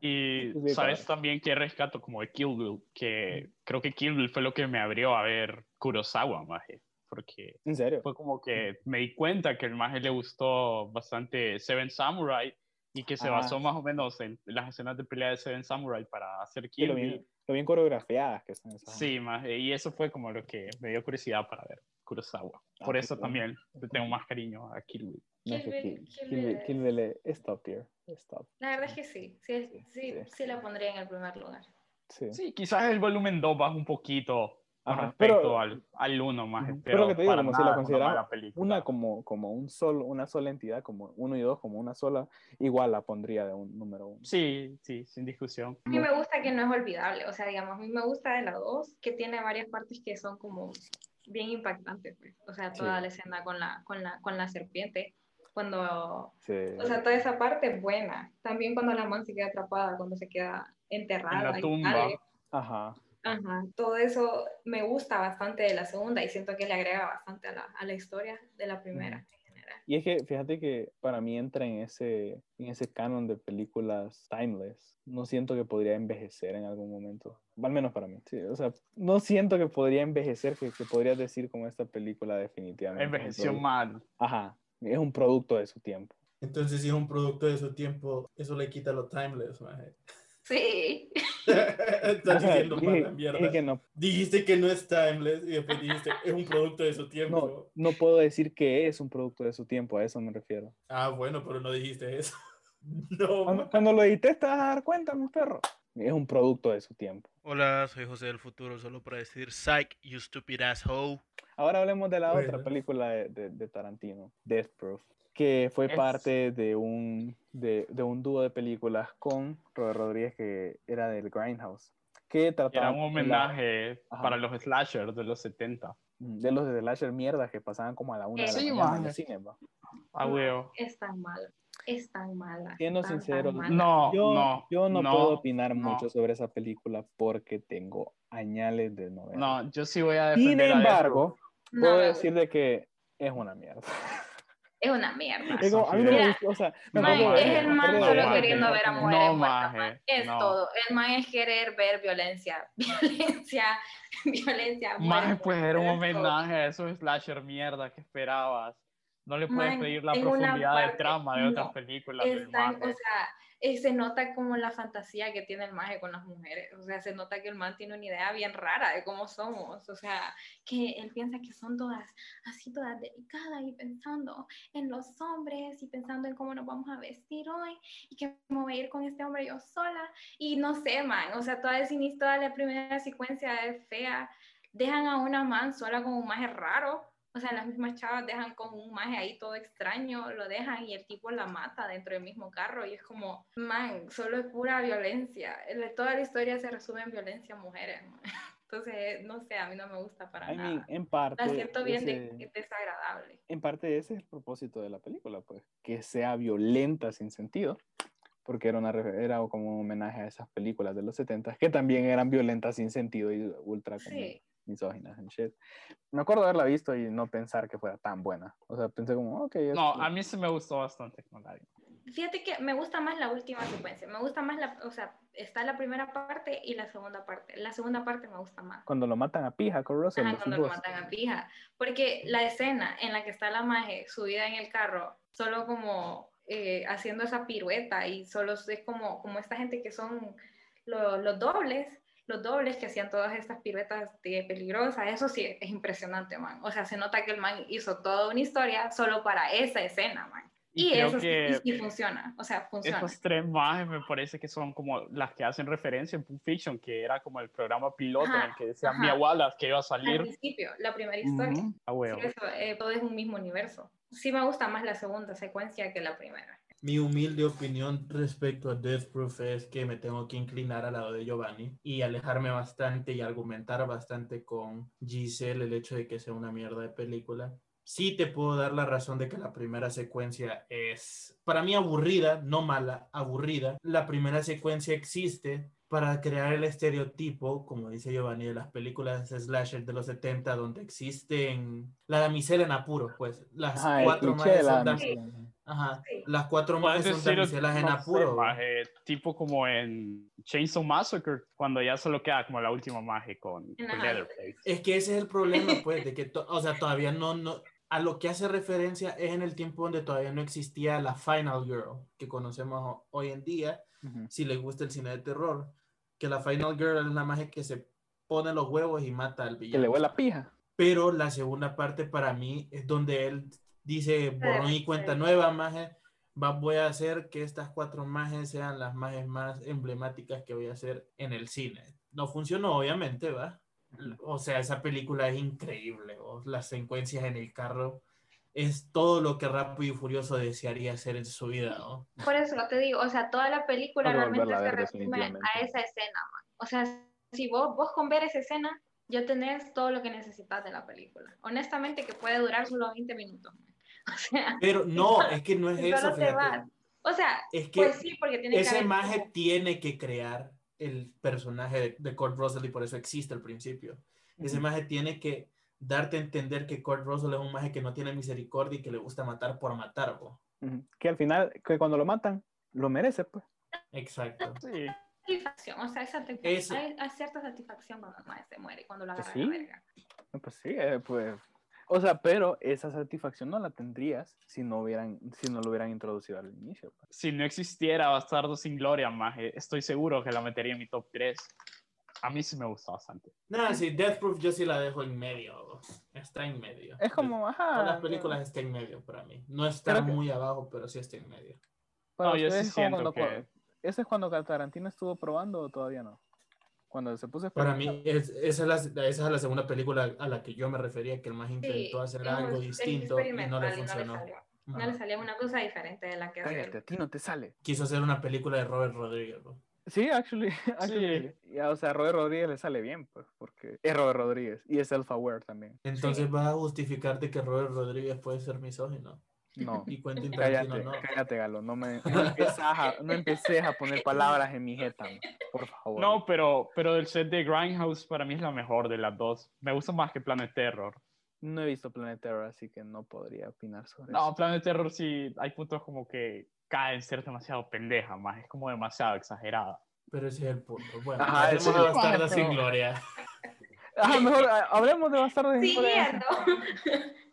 Speaker 5: Y
Speaker 2: Sí,
Speaker 5: sabes
Speaker 2: claro.
Speaker 5: también que rescato como de Kill Bill,
Speaker 6: Mm.
Speaker 5: que creo que Kill Bill fue lo que me abrió a ver Kurosawa, maje, porque
Speaker 2: En serio.
Speaker 5: fue como que
Speaker 6: Mm.
Speaker 5: me di cuenta que el maje le gustó bastante Seven Samurai y que se
Speaker 2: Ajá.
Speaker 5: basó más o menos en las escenas de pelea de Seven Samurai para hacer
Speaker 2: Y
Speaker 5: Kill
Speaker 2: lo bien,
Speaker 5: Bill.
Speaker 2: lo bien coreografiadas que son esas.
Speaker 5: Sí, maje, y eso fue como lo que me dio curiosidad para ver Kurosawa.
Speaker 2: Ah,
Speaker 5: Por
Speaker 2: qué
Speaker 5: eso
Speaker 2: bueno.
Speaker 5: también le tengo más cariño a Kill Bill.
Speaker 2: No
Speaker 6: Kill
Speaker 2: sé,
Speaker 6: Bill-
Speaker 2: Kill-
Speaker 6: Kill
Speaker 2: Kill
Speaker 6: Bill
Speaker 2: Bill-
Speaker 6: es-
Speaker 2: Kill Bill es- Stop here. Stop.
Speaker 6: La verdad es que sí, sí,
Speaker 2: Sí.
Speaker 6: sí, sí la pondría en el primer lugar.
Speaker 2: Sí.
Speaker 5: Sí, quizás el volumen 2 baja un poquito
Speaker 2: Ajá,
Speaker 5: respecto
Speaker 2: pero-
Speaker 5: al, al uno más.
Speaker 2: Ujú,
Speaker 5: Pero,
Speaker 2: pero que te digo,
Speaker 5: para
Speaker 2: como si la
Speaker 5: nada es
Speaker 2: consideras
Speaker 5: mala película.
Speaker 2: Una como, como un solo, una sola entidad, como uno y dos, como una sola, igual la pondría de un número uno.
Speaker 5: Sí, sí, sin discusión.
Speaker 6: A mí me gusta que no es olvidable, o sea, digamos, a mí me gusta de la 2, que tiene varias partes que son como bien impactantes, pues. o sea, toda
Speaker 2: Sí.
Speaker 6: la escena con la, con, la, con la serpiente, cuando,
Speaker 2: Sí.
Speaker 6: o sea, toda esa parte es buena, también cuando la man se queda atrapada, cuando se queda enterrada.
Speaker 5: En la
Speaker 6: y
Speaker 5: tumba.
Speaker 6: sale.
Speaker 2: Ajá.
Speaker 6: Ajá, todo eso me gusta bastante de la segunda y siento que le agrega bastante a la, a la historia de la primera en general.
Speaker 2: Y es que fíjate que para mí entra en ese, en ese canon de películas timeless. No siento que podría envejecer en algún momento. Al menos para mí. sí. O sea, no siento que podría envejecer, que, que podrías decir como esta película definitivamente.
Speaker 5: Envejeció
Speaker 2: Entonces,
Speaker 5: mal.
Speaker 2: Ajá. Es un producto de su tiempo.
Speaker 3: Entonces, si es un producto de su tiempo, eso le quita lo timeless, maje.
Speaker 6: Sí,
Speaker 3: Estás diciendo
Speaker 2: Dije-
Speaker 3: mala
Speaker 2: dije que
Speaker 3: mierda.
Speaker 2: no,
Speaker 3: Dijiste que no es timeless y después dijiste es un producto de su tiempo.
Speaker 2: no, no puedo decir que es un producto de su tiempo, a eso me refiero.
Speaker 3: Ah, bueno, pero no dijiste eso. No,
Speaker 2: Cuando,
Speaker 3: ma-
Speaker 2: cuando lo edité, te vas a dar cuenta, mi perro. Es un producto de su tiempo.
Speaker 1: Hola, soy José del Futuro, solo para decir Psych, you stupid asshole.
Speaker 2: Ahora hablemos de la otra
Speaker 3: Bueno.
Speaker 2: película de, de- de Tarantino, Death Proof, que fue
Speaker 5: Es-
Speaker 2: parte de un, de, de un dúo de películas con Robert Rodríguez, que era del Grindhouse, que trataba
Speaker 5: Era un homenaje
Speaker 2: Ajá.
Speaker 5: para los slashers de los 70.
Speaker 2: de los slasher mierdas que pasaban como a la una de la
Speaker 6: Sí,
Speaker 2: mañana en
Speaker 5: maje.
Speaker 2: los cines, va.
Speaker 5: Ah, huevo.
Speaker 6: es tan mala, es tan mala.
Speaker 2: Siendo
Speaker 6: tan, tan
Speaker 2: sincero,
Speaker 6: mala.
Speaker 5: No,
Speaker 2: Yo
Speaker 5: no.
Speaker 2: yo no, puedo opinar
Speaker 5: no.
Speaker 2: mucho sobre esa película porque tengo añales de novela.
Speaker 5: No, yo sí voy a defender.
Speaker 2: Sin
Speaker 5: a Death
Speaker 2: embargo,
Speaker 6: No,
Speaker 2: puedo
Speaker 6: no,
Speaker 2: decir de que es una mierda.
Speaker 6: es una mierda.
Speaker 5: Es
Speaker 2: Es como- a mí no me
Speaker 6: Mira,
Speaker 2: gustó, o sea, me
Speaker 6: Mae,
Speaker 2: acuerdo de-
Speaker 6: es el
Speaker 2: me
Speaker 6: man
Speaker 2: acuerdo de-
Speaker 6: solo
Speaker 5: maje.
Speaker 6: queriendo ver a
Speaker 5: No,
Speaker 6: mujeres muertas,
Speaker 5: maje,
Speaker 6: mae. Es
Speaker 5: no.
Speaker 6: todo. El man es querer ver violencia, violencia, violencia.
Speaker 5: Row. Maje,
Speaker 6: muerte,
Speaker 5: pues era un
Speaker 6: es todo.
Speaker 5: homenaje a esos slasher mierda que esperabas. No le puedes
Speaker 6: Maje,
Speaker 5: pedir la
Speaker 6: en una
Speaker 5: profundidad de
Speaker 6: parte,
Speaker 5: trama de otras
Speaker 6: no.
Speaker 5: películas.
Speaker 6: Es
Speaker 5: del
Speaker 6: tan-
Speaker 5: maje.
Speaker 6: o sea, eh, se nota como la fantasía que tiene el maje con las mujeres. O sea, se nota que el man tiene una idea bien rara de cómo somos. O sea, que él piensa que son todas así, todas delicadas y pensando en los hombres y pensando en cómo nos vamos a vestir hoy y que me voy a ir con este hombre yo sola. Y no sé, man. O sea, toda, ese inicio, toda la primera secuencia es fea. Dejan a una man sola con un maje raro. O sea, las mismas chavas dejan con un maje ahí todo extraño, lo dejan y el tipo la mata dentro del mismo carro y es como, man, solo es pura violencia. El- Toda la historia se resume en violencia a mujeres. man. Entonces, no sé, a mí no me gusta para
Speaker 2: I mean,
Speaker 6: nada.
Speaker 2: en parte,
Speaker 6: La siento bien de-
Speaker 2: ese-
Speaker 6: desagradable.
Speaker 2: en parte ese es el propósito de la película, pues, que sea violenta sin sentido, porque era, una, re- era como un homenaje a esas películas de los 70 que también eran violentas sin sentido y ultra como
Speaker 6: Sí,
Speaker 2: misóginas and shit. Me acuerdo haberla visto y no pensar que fuera tan buena. O sea, pensé como, ok, es-
Speaker 5: No, a mí sí me gustó bastante. con la-
Speaker 6: fíjate que me gusta más la última secuencia. Me gusta más la, o sea, está la primera parte y la segunda parte. La segunda parte me gusta más.
Speaker 2: cuando lo matan a pija con Russell.
Speaker 6: Ajá,
Speaker 2: decís
Speaker 6: cuando lo
Speaker 2: vos.
Speaker 6: matan a pija. Porque la escena en la que está la maje subida en el carro, solo como eh, haciendo esa pirueta y solo es como, como esta gente que son lo- los dobles, los dobles que hacían todas estas piruetas de peligrosas, eso sí es impresionante, man. O sea, se nota que el man hizo toda una historia solo para esa escena, man.
Speaker 5: Y
Speaker 6: Y,
Speaker 5: creo
Speaker 6: eso sí-
Speaker 5: que-
Speaker 6: y sí funciona, o sea, funciona.
Speaker 5: Estas tres majes me parece que son como las que hacen referencia en Pulp Fiction, que era como el programa piloto
Speaker 6: Ajá,
Speaker 5: en el que decía
Speaker 6: ajá.
Speaker 5: Mia Wallace que iba a
Speaker 6: Al
Speaker 5: salir.
Speaker 6: principio, la primera historia.
Speaker 5: Ujú, A
Speaker 6: Sí,
Speaker 5: huevo.
Speaker 6: eso, eh, todo es un mismo universo. Sí me gusta más la segunda secuencia que la primera.
Speaker 3: Mi humilde opinión respecto a Death Proof es que me tengo que inclinar al lado de Giovanni y alejarme bastante y argumentar bastante con Giselle el hecho de que sea una mierda de película. Sí te puedo dar la razón de que la primera secuencia es, para mí, aburrida, no mala, aburrida. La primera secuencia existe para crear el estereotipo, como dice Giovanni, de las películas slasher de los 70, donde existen la damisela en apuros, pues las
Speaker 2: Ajá, el
Speaker 3: cuatro
Speaker 2: cliché
Speaker 3: madres
Speaker 2: de la
Speaker 3: son dam-
Speaker 2: damisela.
Speaker 3: Ajá.
Speaker 6: Sí.
Speaker 3: Las cuatro
Speaker 5: Puedes
Speaker 3: más son
Speaker 5: decir,
Speaker 3: damiselas en
Speaker 5: no sé,
Speaker 3: apuro.
Speaker 5: maje, tipo como en Chainsaw Massacre, cuando ya solo queda como la última maje con, con
Speaker 6: Ajá.
Speaker 5: Leatherface.
Speaker 3: Es que ese es el problema, pues, de que, to- o sea, todavía no, no, a lo que hace referencia es en el tiempo donde todavía no existía la Final Girl, que conocemos ho- hoy en día,
Speaker 2: Ujú.
Speaker 3: si les gusta el cine de terror, que la Final Girl es la magia que se pone los huevos y mata al
Speaker 2: Que le
Speaker 3: villano.
Speaker 2: huele la pija.
Speaker 3: Pero la segunda parte para mí es donde él dice, borrón y cuenta
Speaker 6: sí.
Speaker 3: nueva, maje, va, voy a hacer que estas cuatro majes sean las majes más emblemáticas que voy a hacer en el cine. No funcionó, obviamente, va. O sea, esa película es increíble. ¿vos? Las secuencias en el carro es todo lo que Rápido y Furioso desearía hacer en su vida. ¿no?
Speaker 6: Por eso te digo, o sea, toda la película
Speaker 2: Hay que
Speaker 6: realmente
Speaker 2: volverla a
Speaker 6: se
Speaker 2: ver,
Speaker 6: resume a
Speaker 2: definitivamente.
Speaker 6: esa escena. man. O sea, si vos, vos con ver esa escena, ya tenés todo lo que necesitas de la película. Honestamente, que puede durar solo 20 minutos. man. O sea,
Speaker 3: Pero no, es que no es
Speaker 6: y
Speaker 3: eso.
Speaker 6: solo te
Speaker 3: fíjate.
Speaker 6: vas. O sea,
Speaker 3: Es que
Speaker 6: pues sí, porque tiene que
Speaker 3: esa
Speaker 6: haber-
Speaker 3: imagen tiene que crear el personaje de, de Kurt Russell y por eso existe al principio. Esa imagen tiene que darte a entender que Kurt Russell es un maje que no tiene misericordia y que le gusta matar por matar. ¿vo?
Speaker 2: Ujú. Que al final, que cuando lo matan, lo merece, pues.
Speaker 3: Exacto.
Speaker 5: Sí.
Speaker 6: satisfacción, o sea, esa te-
Speaker 3: Eso.
Speaker 6: Hay, hay cierta satisfacción cuando la madre se muere, cuando la
Speaker 2: Pues
Speaker 6: agarra
Speaker 2: sí.
Speaker 6: la verga.
Speaker 2: No, Pues sí, eh, pues. O sea, pero esa satisfacción no la tendrías si no, hubieran, si no lo hubieran introducido al inicio. pues.
Speaker 5: Si no existiera Bastardo sin Gloria, más estoy seguro que la metería en mi top 3. A mí sí me gusta bastante.
Speaker 3: Nada, sí, Death Proof yo sí la dejo en medio. ¿vo? Está en medio.
Speaker 2: Es como, ajá.
Speaker 3: Todas las películas está en medio para mí. No está
Speaker 2: Creo que-
Speaker 3: muy abajo, pero sí está en medio.
Speaker 2: para
Speaker 5: No, yo
Speaker 2: ustedes
Speaker 5: sí
Speaker 2: es como
Speaker 5: siento
Speaker 2: cuando-
Speaker 5: que-
Speaker 2: ¿Eso es cuando Tarantino estuvo probando o todavía no? Cuando se puso a
Speaker 3: Para
Speaker 2: experimentar.
Speaker 3: mí, es- esa, es la, esa es la segunda película a la que yo me refería, que el más intentó hacer
Speaker 6: es
Speaker 3: algo
Speaker 6: un- es
Speaker 3: distinto y no
Speaker 6: experimental
Speaker 3: le
Speaker 6: y
Speaker 3: funcionó.
Speaker 6: salió. No
Speaker 3: Ajá.
Speaker 6: le salía una cosa diferente de la que hacía
Speaker 2: Cállate, a ti no te sale.
Speaker 3: Quiso hacer una película de Robert Rodríguez. ¿no?
Speaker 2: Sí, actually. actually. Ya, o sea, a Robert Rodríguez le sale bien, pues, porque es Robert Rodríguez y es self-aware también.
Speaker 3: Entonces vas a justificarte que Robert Rodríguez puede ser misógino
Speaker 2: No.
Speaker 3: y Quentin Tarantino
Speaker 2: Cállate,
Speaker 3: no.
Speaker 2: cállate, Galo. No, me, no, empieces a, no empieces a poner palabras en mi jeta, por favor.
Speaker 5: No, pero, pero el set de Grindhouse para mí es la mejor de las dos. Me gusta más que Planet Terror.
Speaker 2: No he visto Planet Terror, así que no podría opinar sobre
Speaker 5: No,
Speaker 2: eso.
Speaker 5: Planet Terror sí hay puntos como que cae en ser demasiado pendeja, más es como demasiado exagerada.
Speaker 3: Pero ese es el punto. Bueno,
Speaker 2: Ajá,
Speaker 3: hacemos
Speaker 2: ese es
Speaker 3: a
Speaker 2: el
Speaker 3: Bastarda
Speaker 2: punto.
Speaker 3: sin gloria.
Speaker 2: Ah, mejor ah, hablemos de Bastardos sin Gloria.
Speaker 6: Siguiendo.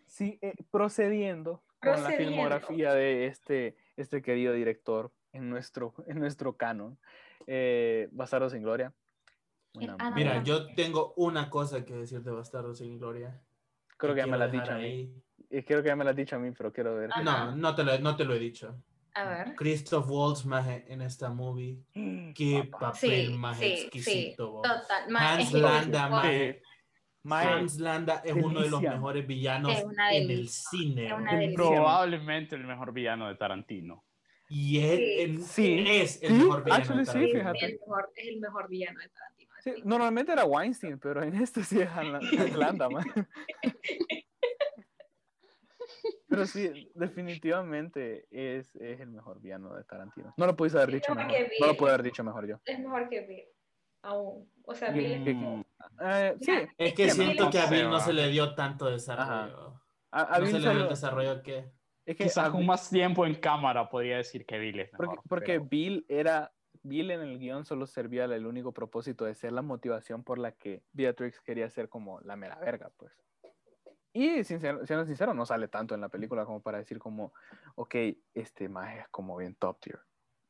Speaker 2: Sí, eh, procediendo con la
Speaker 6: Procediendo.
Speaker 2: filmografía de este, este querido director en nuestro, en nuestro canon, eh, Bastardos sin Gloria. Una-
Speaker 6: Adam
Speaker 3: Mira,
Speaker 6: Ajá.
Speaker 3: yo tengo una cosa que decir de Bastardo sin gloria.
Speaker 2: creo que ya
Speaker 3: quiero
Speaker 2: me la has
Speaker 3: dejar
Speaker 2: dicho a mí.
Speaker 3: ahí.
Speaker 2: Eh, Creo que ya me la has dicho a mí, pero quiero ver.
Speaker 3: No, no te, lo, no te lo he dicho.
Speaker 6: A ver.
Speaker 3: Christoph Waltz maje, en esta movie. Qué papel
Speaker 6: Sí,
Speaker 3: más
Speaker 6: sí,
Speaker 3: exquisito.
Speaker 6: sí.
Speaker 3: vos.
Speaker 6: Total. ma-
Speaker 3: Hans
Speaker 6: es que-
Speaker 3: Landa, maje.
Speaker 2: Mae,
Speaker 3: Hans Landa es uno de los
Speaker 2: delicia.
Speaker 3: mejores villanos
Speaker 6: Es una
Speaker 3: en el
Speaker 6: delicia,
Speaker 3: cine.
Speaker 6: es una
Speaker 3: bro.
Speaker 6: delicia.
Speaker 5: Probablemente el mejor villano de Tarantino.
Speaker 3: Y él,
Speaker 6: Sí.
Speaker 2: Sí.
Speaker 3: él es el
Speaker 2: Sí,
Speaker 3: mejor villano.
Speaker 2: actually
Speaker 3: de
Speaker 2: sí,
Speaker 6: es,
Speaker 3: Tarantino.
Speaker 2: fíjate.
Speaker 6: el mejor, es el mejor villano de Tarantino.
Speaker 2: sí,
Speaker 6: así.
Speaker 2: normalmente era Weinstein, pero en este sí es Hans Lan- Hans Landa, mae. Pero sí, definitivamente es, es el mejor piano de Tarantino. No lo pudiste haber
Speaker 6: Sí,
Speaker 2: dicho
Speaker 6: no,
Speaker 2: mejor.
Speaker 6: porque
Speaker 2: No lo
Speaker 6: vi-
Speaker 2: pude haber dicho mejor yo.
Speaker 6: Es mejor que Bill. Aún. O sea, Bill es-
Speaker 5: Mm,
Speaker 2: Eh, sí,
Speaker 3: Es que
Speaker 2: Sí,
Speaker 6: Este
Speaker 3: siento
Speaker 5: no
Speaker 3: que a
Speaker 5: se
Speaker 3: Bill no
Speaker 5: va.
Speaker 3: se le dio tanto desarrollo.
Speaker 2: a, a
Speaker 3: no
Speaker 2: Bill
Speaker 3: se le dio el
Speaker 2: solo-
Speaker 3: desarrollo que.
Speaker 2: Es que
Speaker 5: Quizás
Speaker 2: a
Speaker 5: con
Speaker 2: Bill-
Speaker 5: más tiempo en cámara podría decir que Bill es
Speaker 2: porque,
Speaker 5: mejor,
Speaker 2: porque
Speaker 5: pero-
Speaker 2: Bill era Bill en el guión solo servía el único propósito de ser la motivación por la que Beatrix quería ser como la mera verga, pues. Y sincero, siendo sincero, no sale tanto en la película como para decir como, ok, este maje es como bien top tier.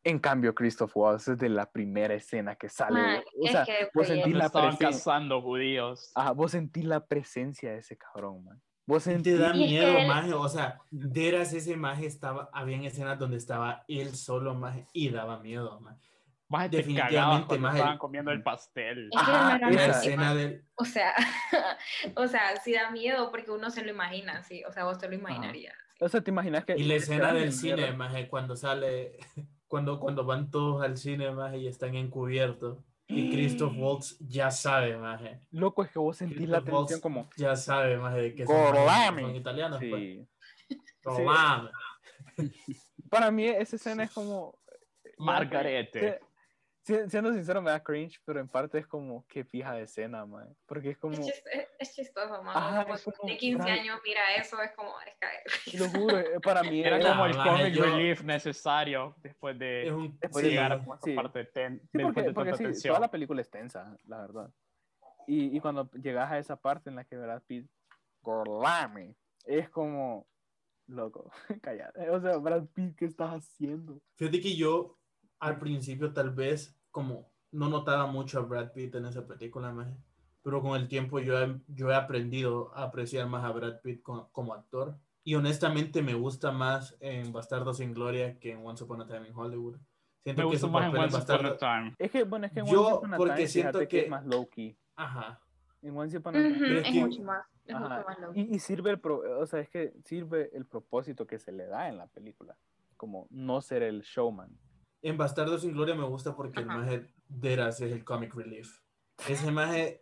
Speaker 2: En cambio, Christoph Waltz es de la primera escena que sale.
Speaker 6: Mae,
Speaker 2: o
Speaker 6: es
Speaker 2: sea,
Speaker 6: que
Speaker 2: vos
Speaker 6: fue
Speaker 2: sentís
Speaker 5: Cuando
Speaker 2: la
Speaker 5: estaban
Speaker 2: presencia. Ah,
Speaker 5: cazando judíos.
Speaker 2: Ajá, vos sentís la presencia de ese cabrón, man. Vos
Speaker 3: Te
Speaker 2: sentís
Speaker 3: da
Speaker 6: Y es
Speaker 3: miedo,
Speaker 6: que él-
Speaker 3: maje. O sea, de veras ese maje estaba. Había escenas donde estaba él solo, maje, y daba miedo, maje.
Speaker 5: Más te
Speaker 3: Definitivamente,
Speaker 5: cagabas cuando
Speaker 3: maje.
Speaker 5: estaban comiendo el pastel.
Speaker 6: Es que
Speaker 2: Ajá,
Speaker 6: era
Speaker 3: La
Speaker 2: esa.
Speaker 6: una-
Speaker 3: escena del.
Speaker 6: O sea, o sea, sí da miedo porque uno se lo imagina, sí. O sea, vos te lo imaginarías. sí.
Speaker 2: O sea, te imaginas que.
Speaker 3: Y la escena del cine,
Speaker 2: cinema
Speaker 3: maje, cuando sale, cuando, cuando van todos al cine, maje, y están encubiertos. Y Christoph
Speaker 6: Mm.
Speaker 3: Waltz ya sabe, maje.
Speaker 2: Loco, es que vos sentís la
Speaker 3: Christoph Waltz
Speaker 2: tensión como.
Speaker 3: Ya sabe, maje, de que
Speaker 2: Gorlami.
Speaker 3: son italianos, pues.
Speaker 2: Sí.
Speaker 3: Gorlami.
Speaker 2: Para mí, esa escena es como.
Speaker 5: eh, Margarete.
Speaker 2: Si- Siendo sincero, me da cringe, pero en parte es como qué fija de escena, man. Porque es como.
Speaker 6: Es, chis- es- es chistoso,
Speaker 2: Ajá,
Speaker 6: mamá.
Speaker 2: es como,
Speaker 6: de 15
Speaker 2: gran-
Speaker 6: años, mira eso, es como, es caer.
Speaker 2: Lo juro, eh, para mí
Speaker 5: Era
Speaker 2: era.
Speaker 5: como el
Speaker 3: maje,
Speaker 5: comic
Speaker 3: yo-
Speaker 5: relief necesario después de,
Speaker 3: Es un.
Speaker 2: Es
Speaker 5: después
Speaker 2: sí,
Speaker 5: de llegar a como esa
Speaker 2: sí.
Speaker 5: parte ten-
Speaker 2: Sí,
Speaker 5: después
Speaker 2: porque,
Speaker 5: de
Speaker 2: porque
Speaker 5: tanta
Speaker 2: sí,
Speaker 5: tensión.
Speaker 2: toda la película es tensa, la verdad. Y, y cuando llegas a esa parte en la que Brad Pitt. Gorlame. Es como. Loco, cállate. O sea, Brad Pitt, ¿qué estás haciendo?
Speaker 3: Fíjate que yo al principio tal vez como no notaba mucho a Brad Pitt en esa película, maje, pero con el tiempo yo he, yo he aprendido a apreciar más a Brad Pitt co- como actor. Y honestamente me gusta más en Bastardos sin Gloria que en Once Upon a Time in Hollywood. Siento
Speaker 5: Me
Speaker 3: que
Speaker 5: gusta
Speaker 3: su
Speaker 5: más en
Speaker 3: papel en
Speaker 5: Once Upon a
Speaker 3: Bastardo-
Speaker 5: Time.
Speaker 2: Es que, bueno, es que en
Speaker 3: Yo,
Speaker 2: Once Upon a
Speaker 3: porque
Speaker 2: Time,
Speaker 3: siento
Speaker 2: fíjate
Speaker 3: que-
Speaker 2: es más low-key.
Speaker 3: Ajá.
Speaker 2: En Once Upon a Time.
Speaker 6: Ujú,
Speaker 3: Pero es
Speaker 6: es
Speaker 3: que-
Speaker 6: mucho más. Es
Speaker 2: Ajá,
Speaker 6: mucho más loco.
Speaker 2: y, y sirve el pro- o sea, es que sirve el propósito que se le da en la película, como no ser el showman.
Speaker 3: En Bastardo sin Gloria me gusta porque el
Speaker 6: Ajá.
Speaker 3: maje Deras es el comic relief. Ese maje,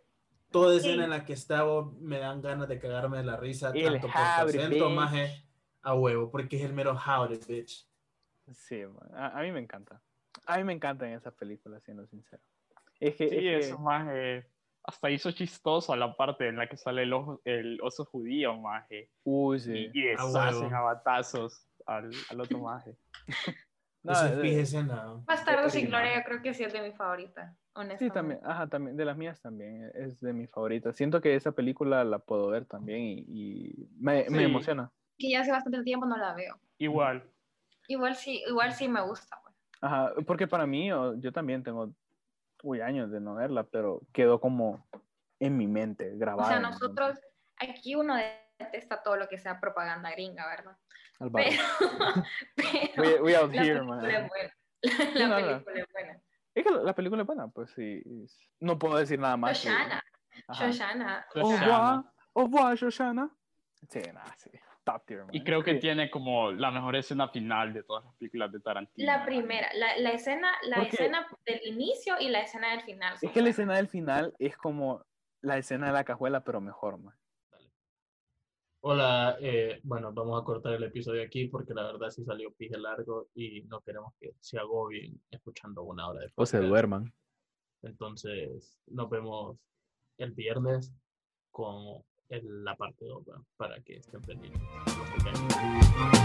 Speaker 3: toda escena en la que estaba, me dan ganas de cagarme de la risa,
Speaker 2: El
Speaker 3: tanto por
Speaker 2: Howdy,
Speaker 3: su acento,
Speaker 2: bitch.
Speaker 3: maje, a huevo, porque es el mero howdy, bitch.
Speaker 2: Sí, man, a, a mí me encanta. A mí me encantan esas películas, siendo sincero. Es que,
Speaker 5: Sí,
Speaker 2: es que-
Speaker 5: eso más. eh, hasta hizo chistoso la parte en la que sale el, ojo- el oso judío, más. eh,
Speaker 2: uy, sí.
Speaker 5: Y, y
Speaker 3: Ah,
Speaker 5: eso
Speaker 3: huevo.
Speaker 5: hacen a batazos al, al otro eh. maje.
Speaker 2: No,
Speaker 3: Esa
Speaker 2: eh,
Speaker 3: es pija escena.
Speaker 6: Bastardos sin
Speaker 5: Sí,
Speaker 6: Gloria yo creo que sí es de mi favorita, honestamente.
Speaker 2: Sí, también, ajá, también, de las mías también, es de mis favoritas. Siento que esa película la puedo ver también y, y me, me
Speaker 5: Sí.
Speaker 2: emociona.
Speaker 6: Que ya hace bastante tiempo no la veo.
Speaker 5: Igual.
Speaker 6: Igual sí, igual sí me gusta. pues.
Speaker 2: Ajá, porque para mí, o- yo también tengo, uy, años de no verla, pero quedó como en mi mente,
Speaker 6: O
Speaker 2: grabada.
Speaker 6: sea,
Speaker 2: en mi mente.
Speaker 6: nosotros, aquí uno detesta todo lo que sea propaganda gringa, ¿verdad?
Speaker 2: Al barrio.
Speaker 6: Pero,
Speaker 2: We,
Speaker 6: pero
Speaker 2: we out
Speaker 6: la
Speaker 2: here,
Speaker 6: película
Speaker 2: man.
Speaker 6: es buena.
Speaker 2: no,
Speaker 6: La,
Speaker 2: no.
Speaker 6: película es buena.
Speaker 2: Es que la, la película es buena, pues sí. es- No puedo decir nada más. que-
Speaker 6: Shoshana,
Speaker 2: ajá. Oh,
Speaker 6: Shoshana.
Speaker 2: Au
Speaker 5: Shoshana.
Speaker 2: revoir, au revoir, Shoshana. Sí, nada, sí. Top tier, man.
Speaker 5: Y creo que
Speaker 2: Sí.
Speaker 5: tiene como la mejor escena final de todas las películas de Tarantino.
Speaker 6: La primera, la, la escena, la
Speaker 2: Porque-
Speaker 6: escena del inicio y la escena del final. son
Speaker 2: Es que la
Speaker 6: buenas.
Speaker 2: escena del final es como la escena de la cajuela, pero mejor, man.
Speaker 3: Hola, eh, bueno, vamos a cortar el episodio aquí porque la verdad sí salió pija largo y no queremos que se agobien escuchando una hora de
Speaker 2: O se
Speaker 3: podcast.
Speaker 2: duerman.
Speaker 3: Entonces, nos vemos el viernes con el- la parte 2 para que estén pendientes. Los que quieran.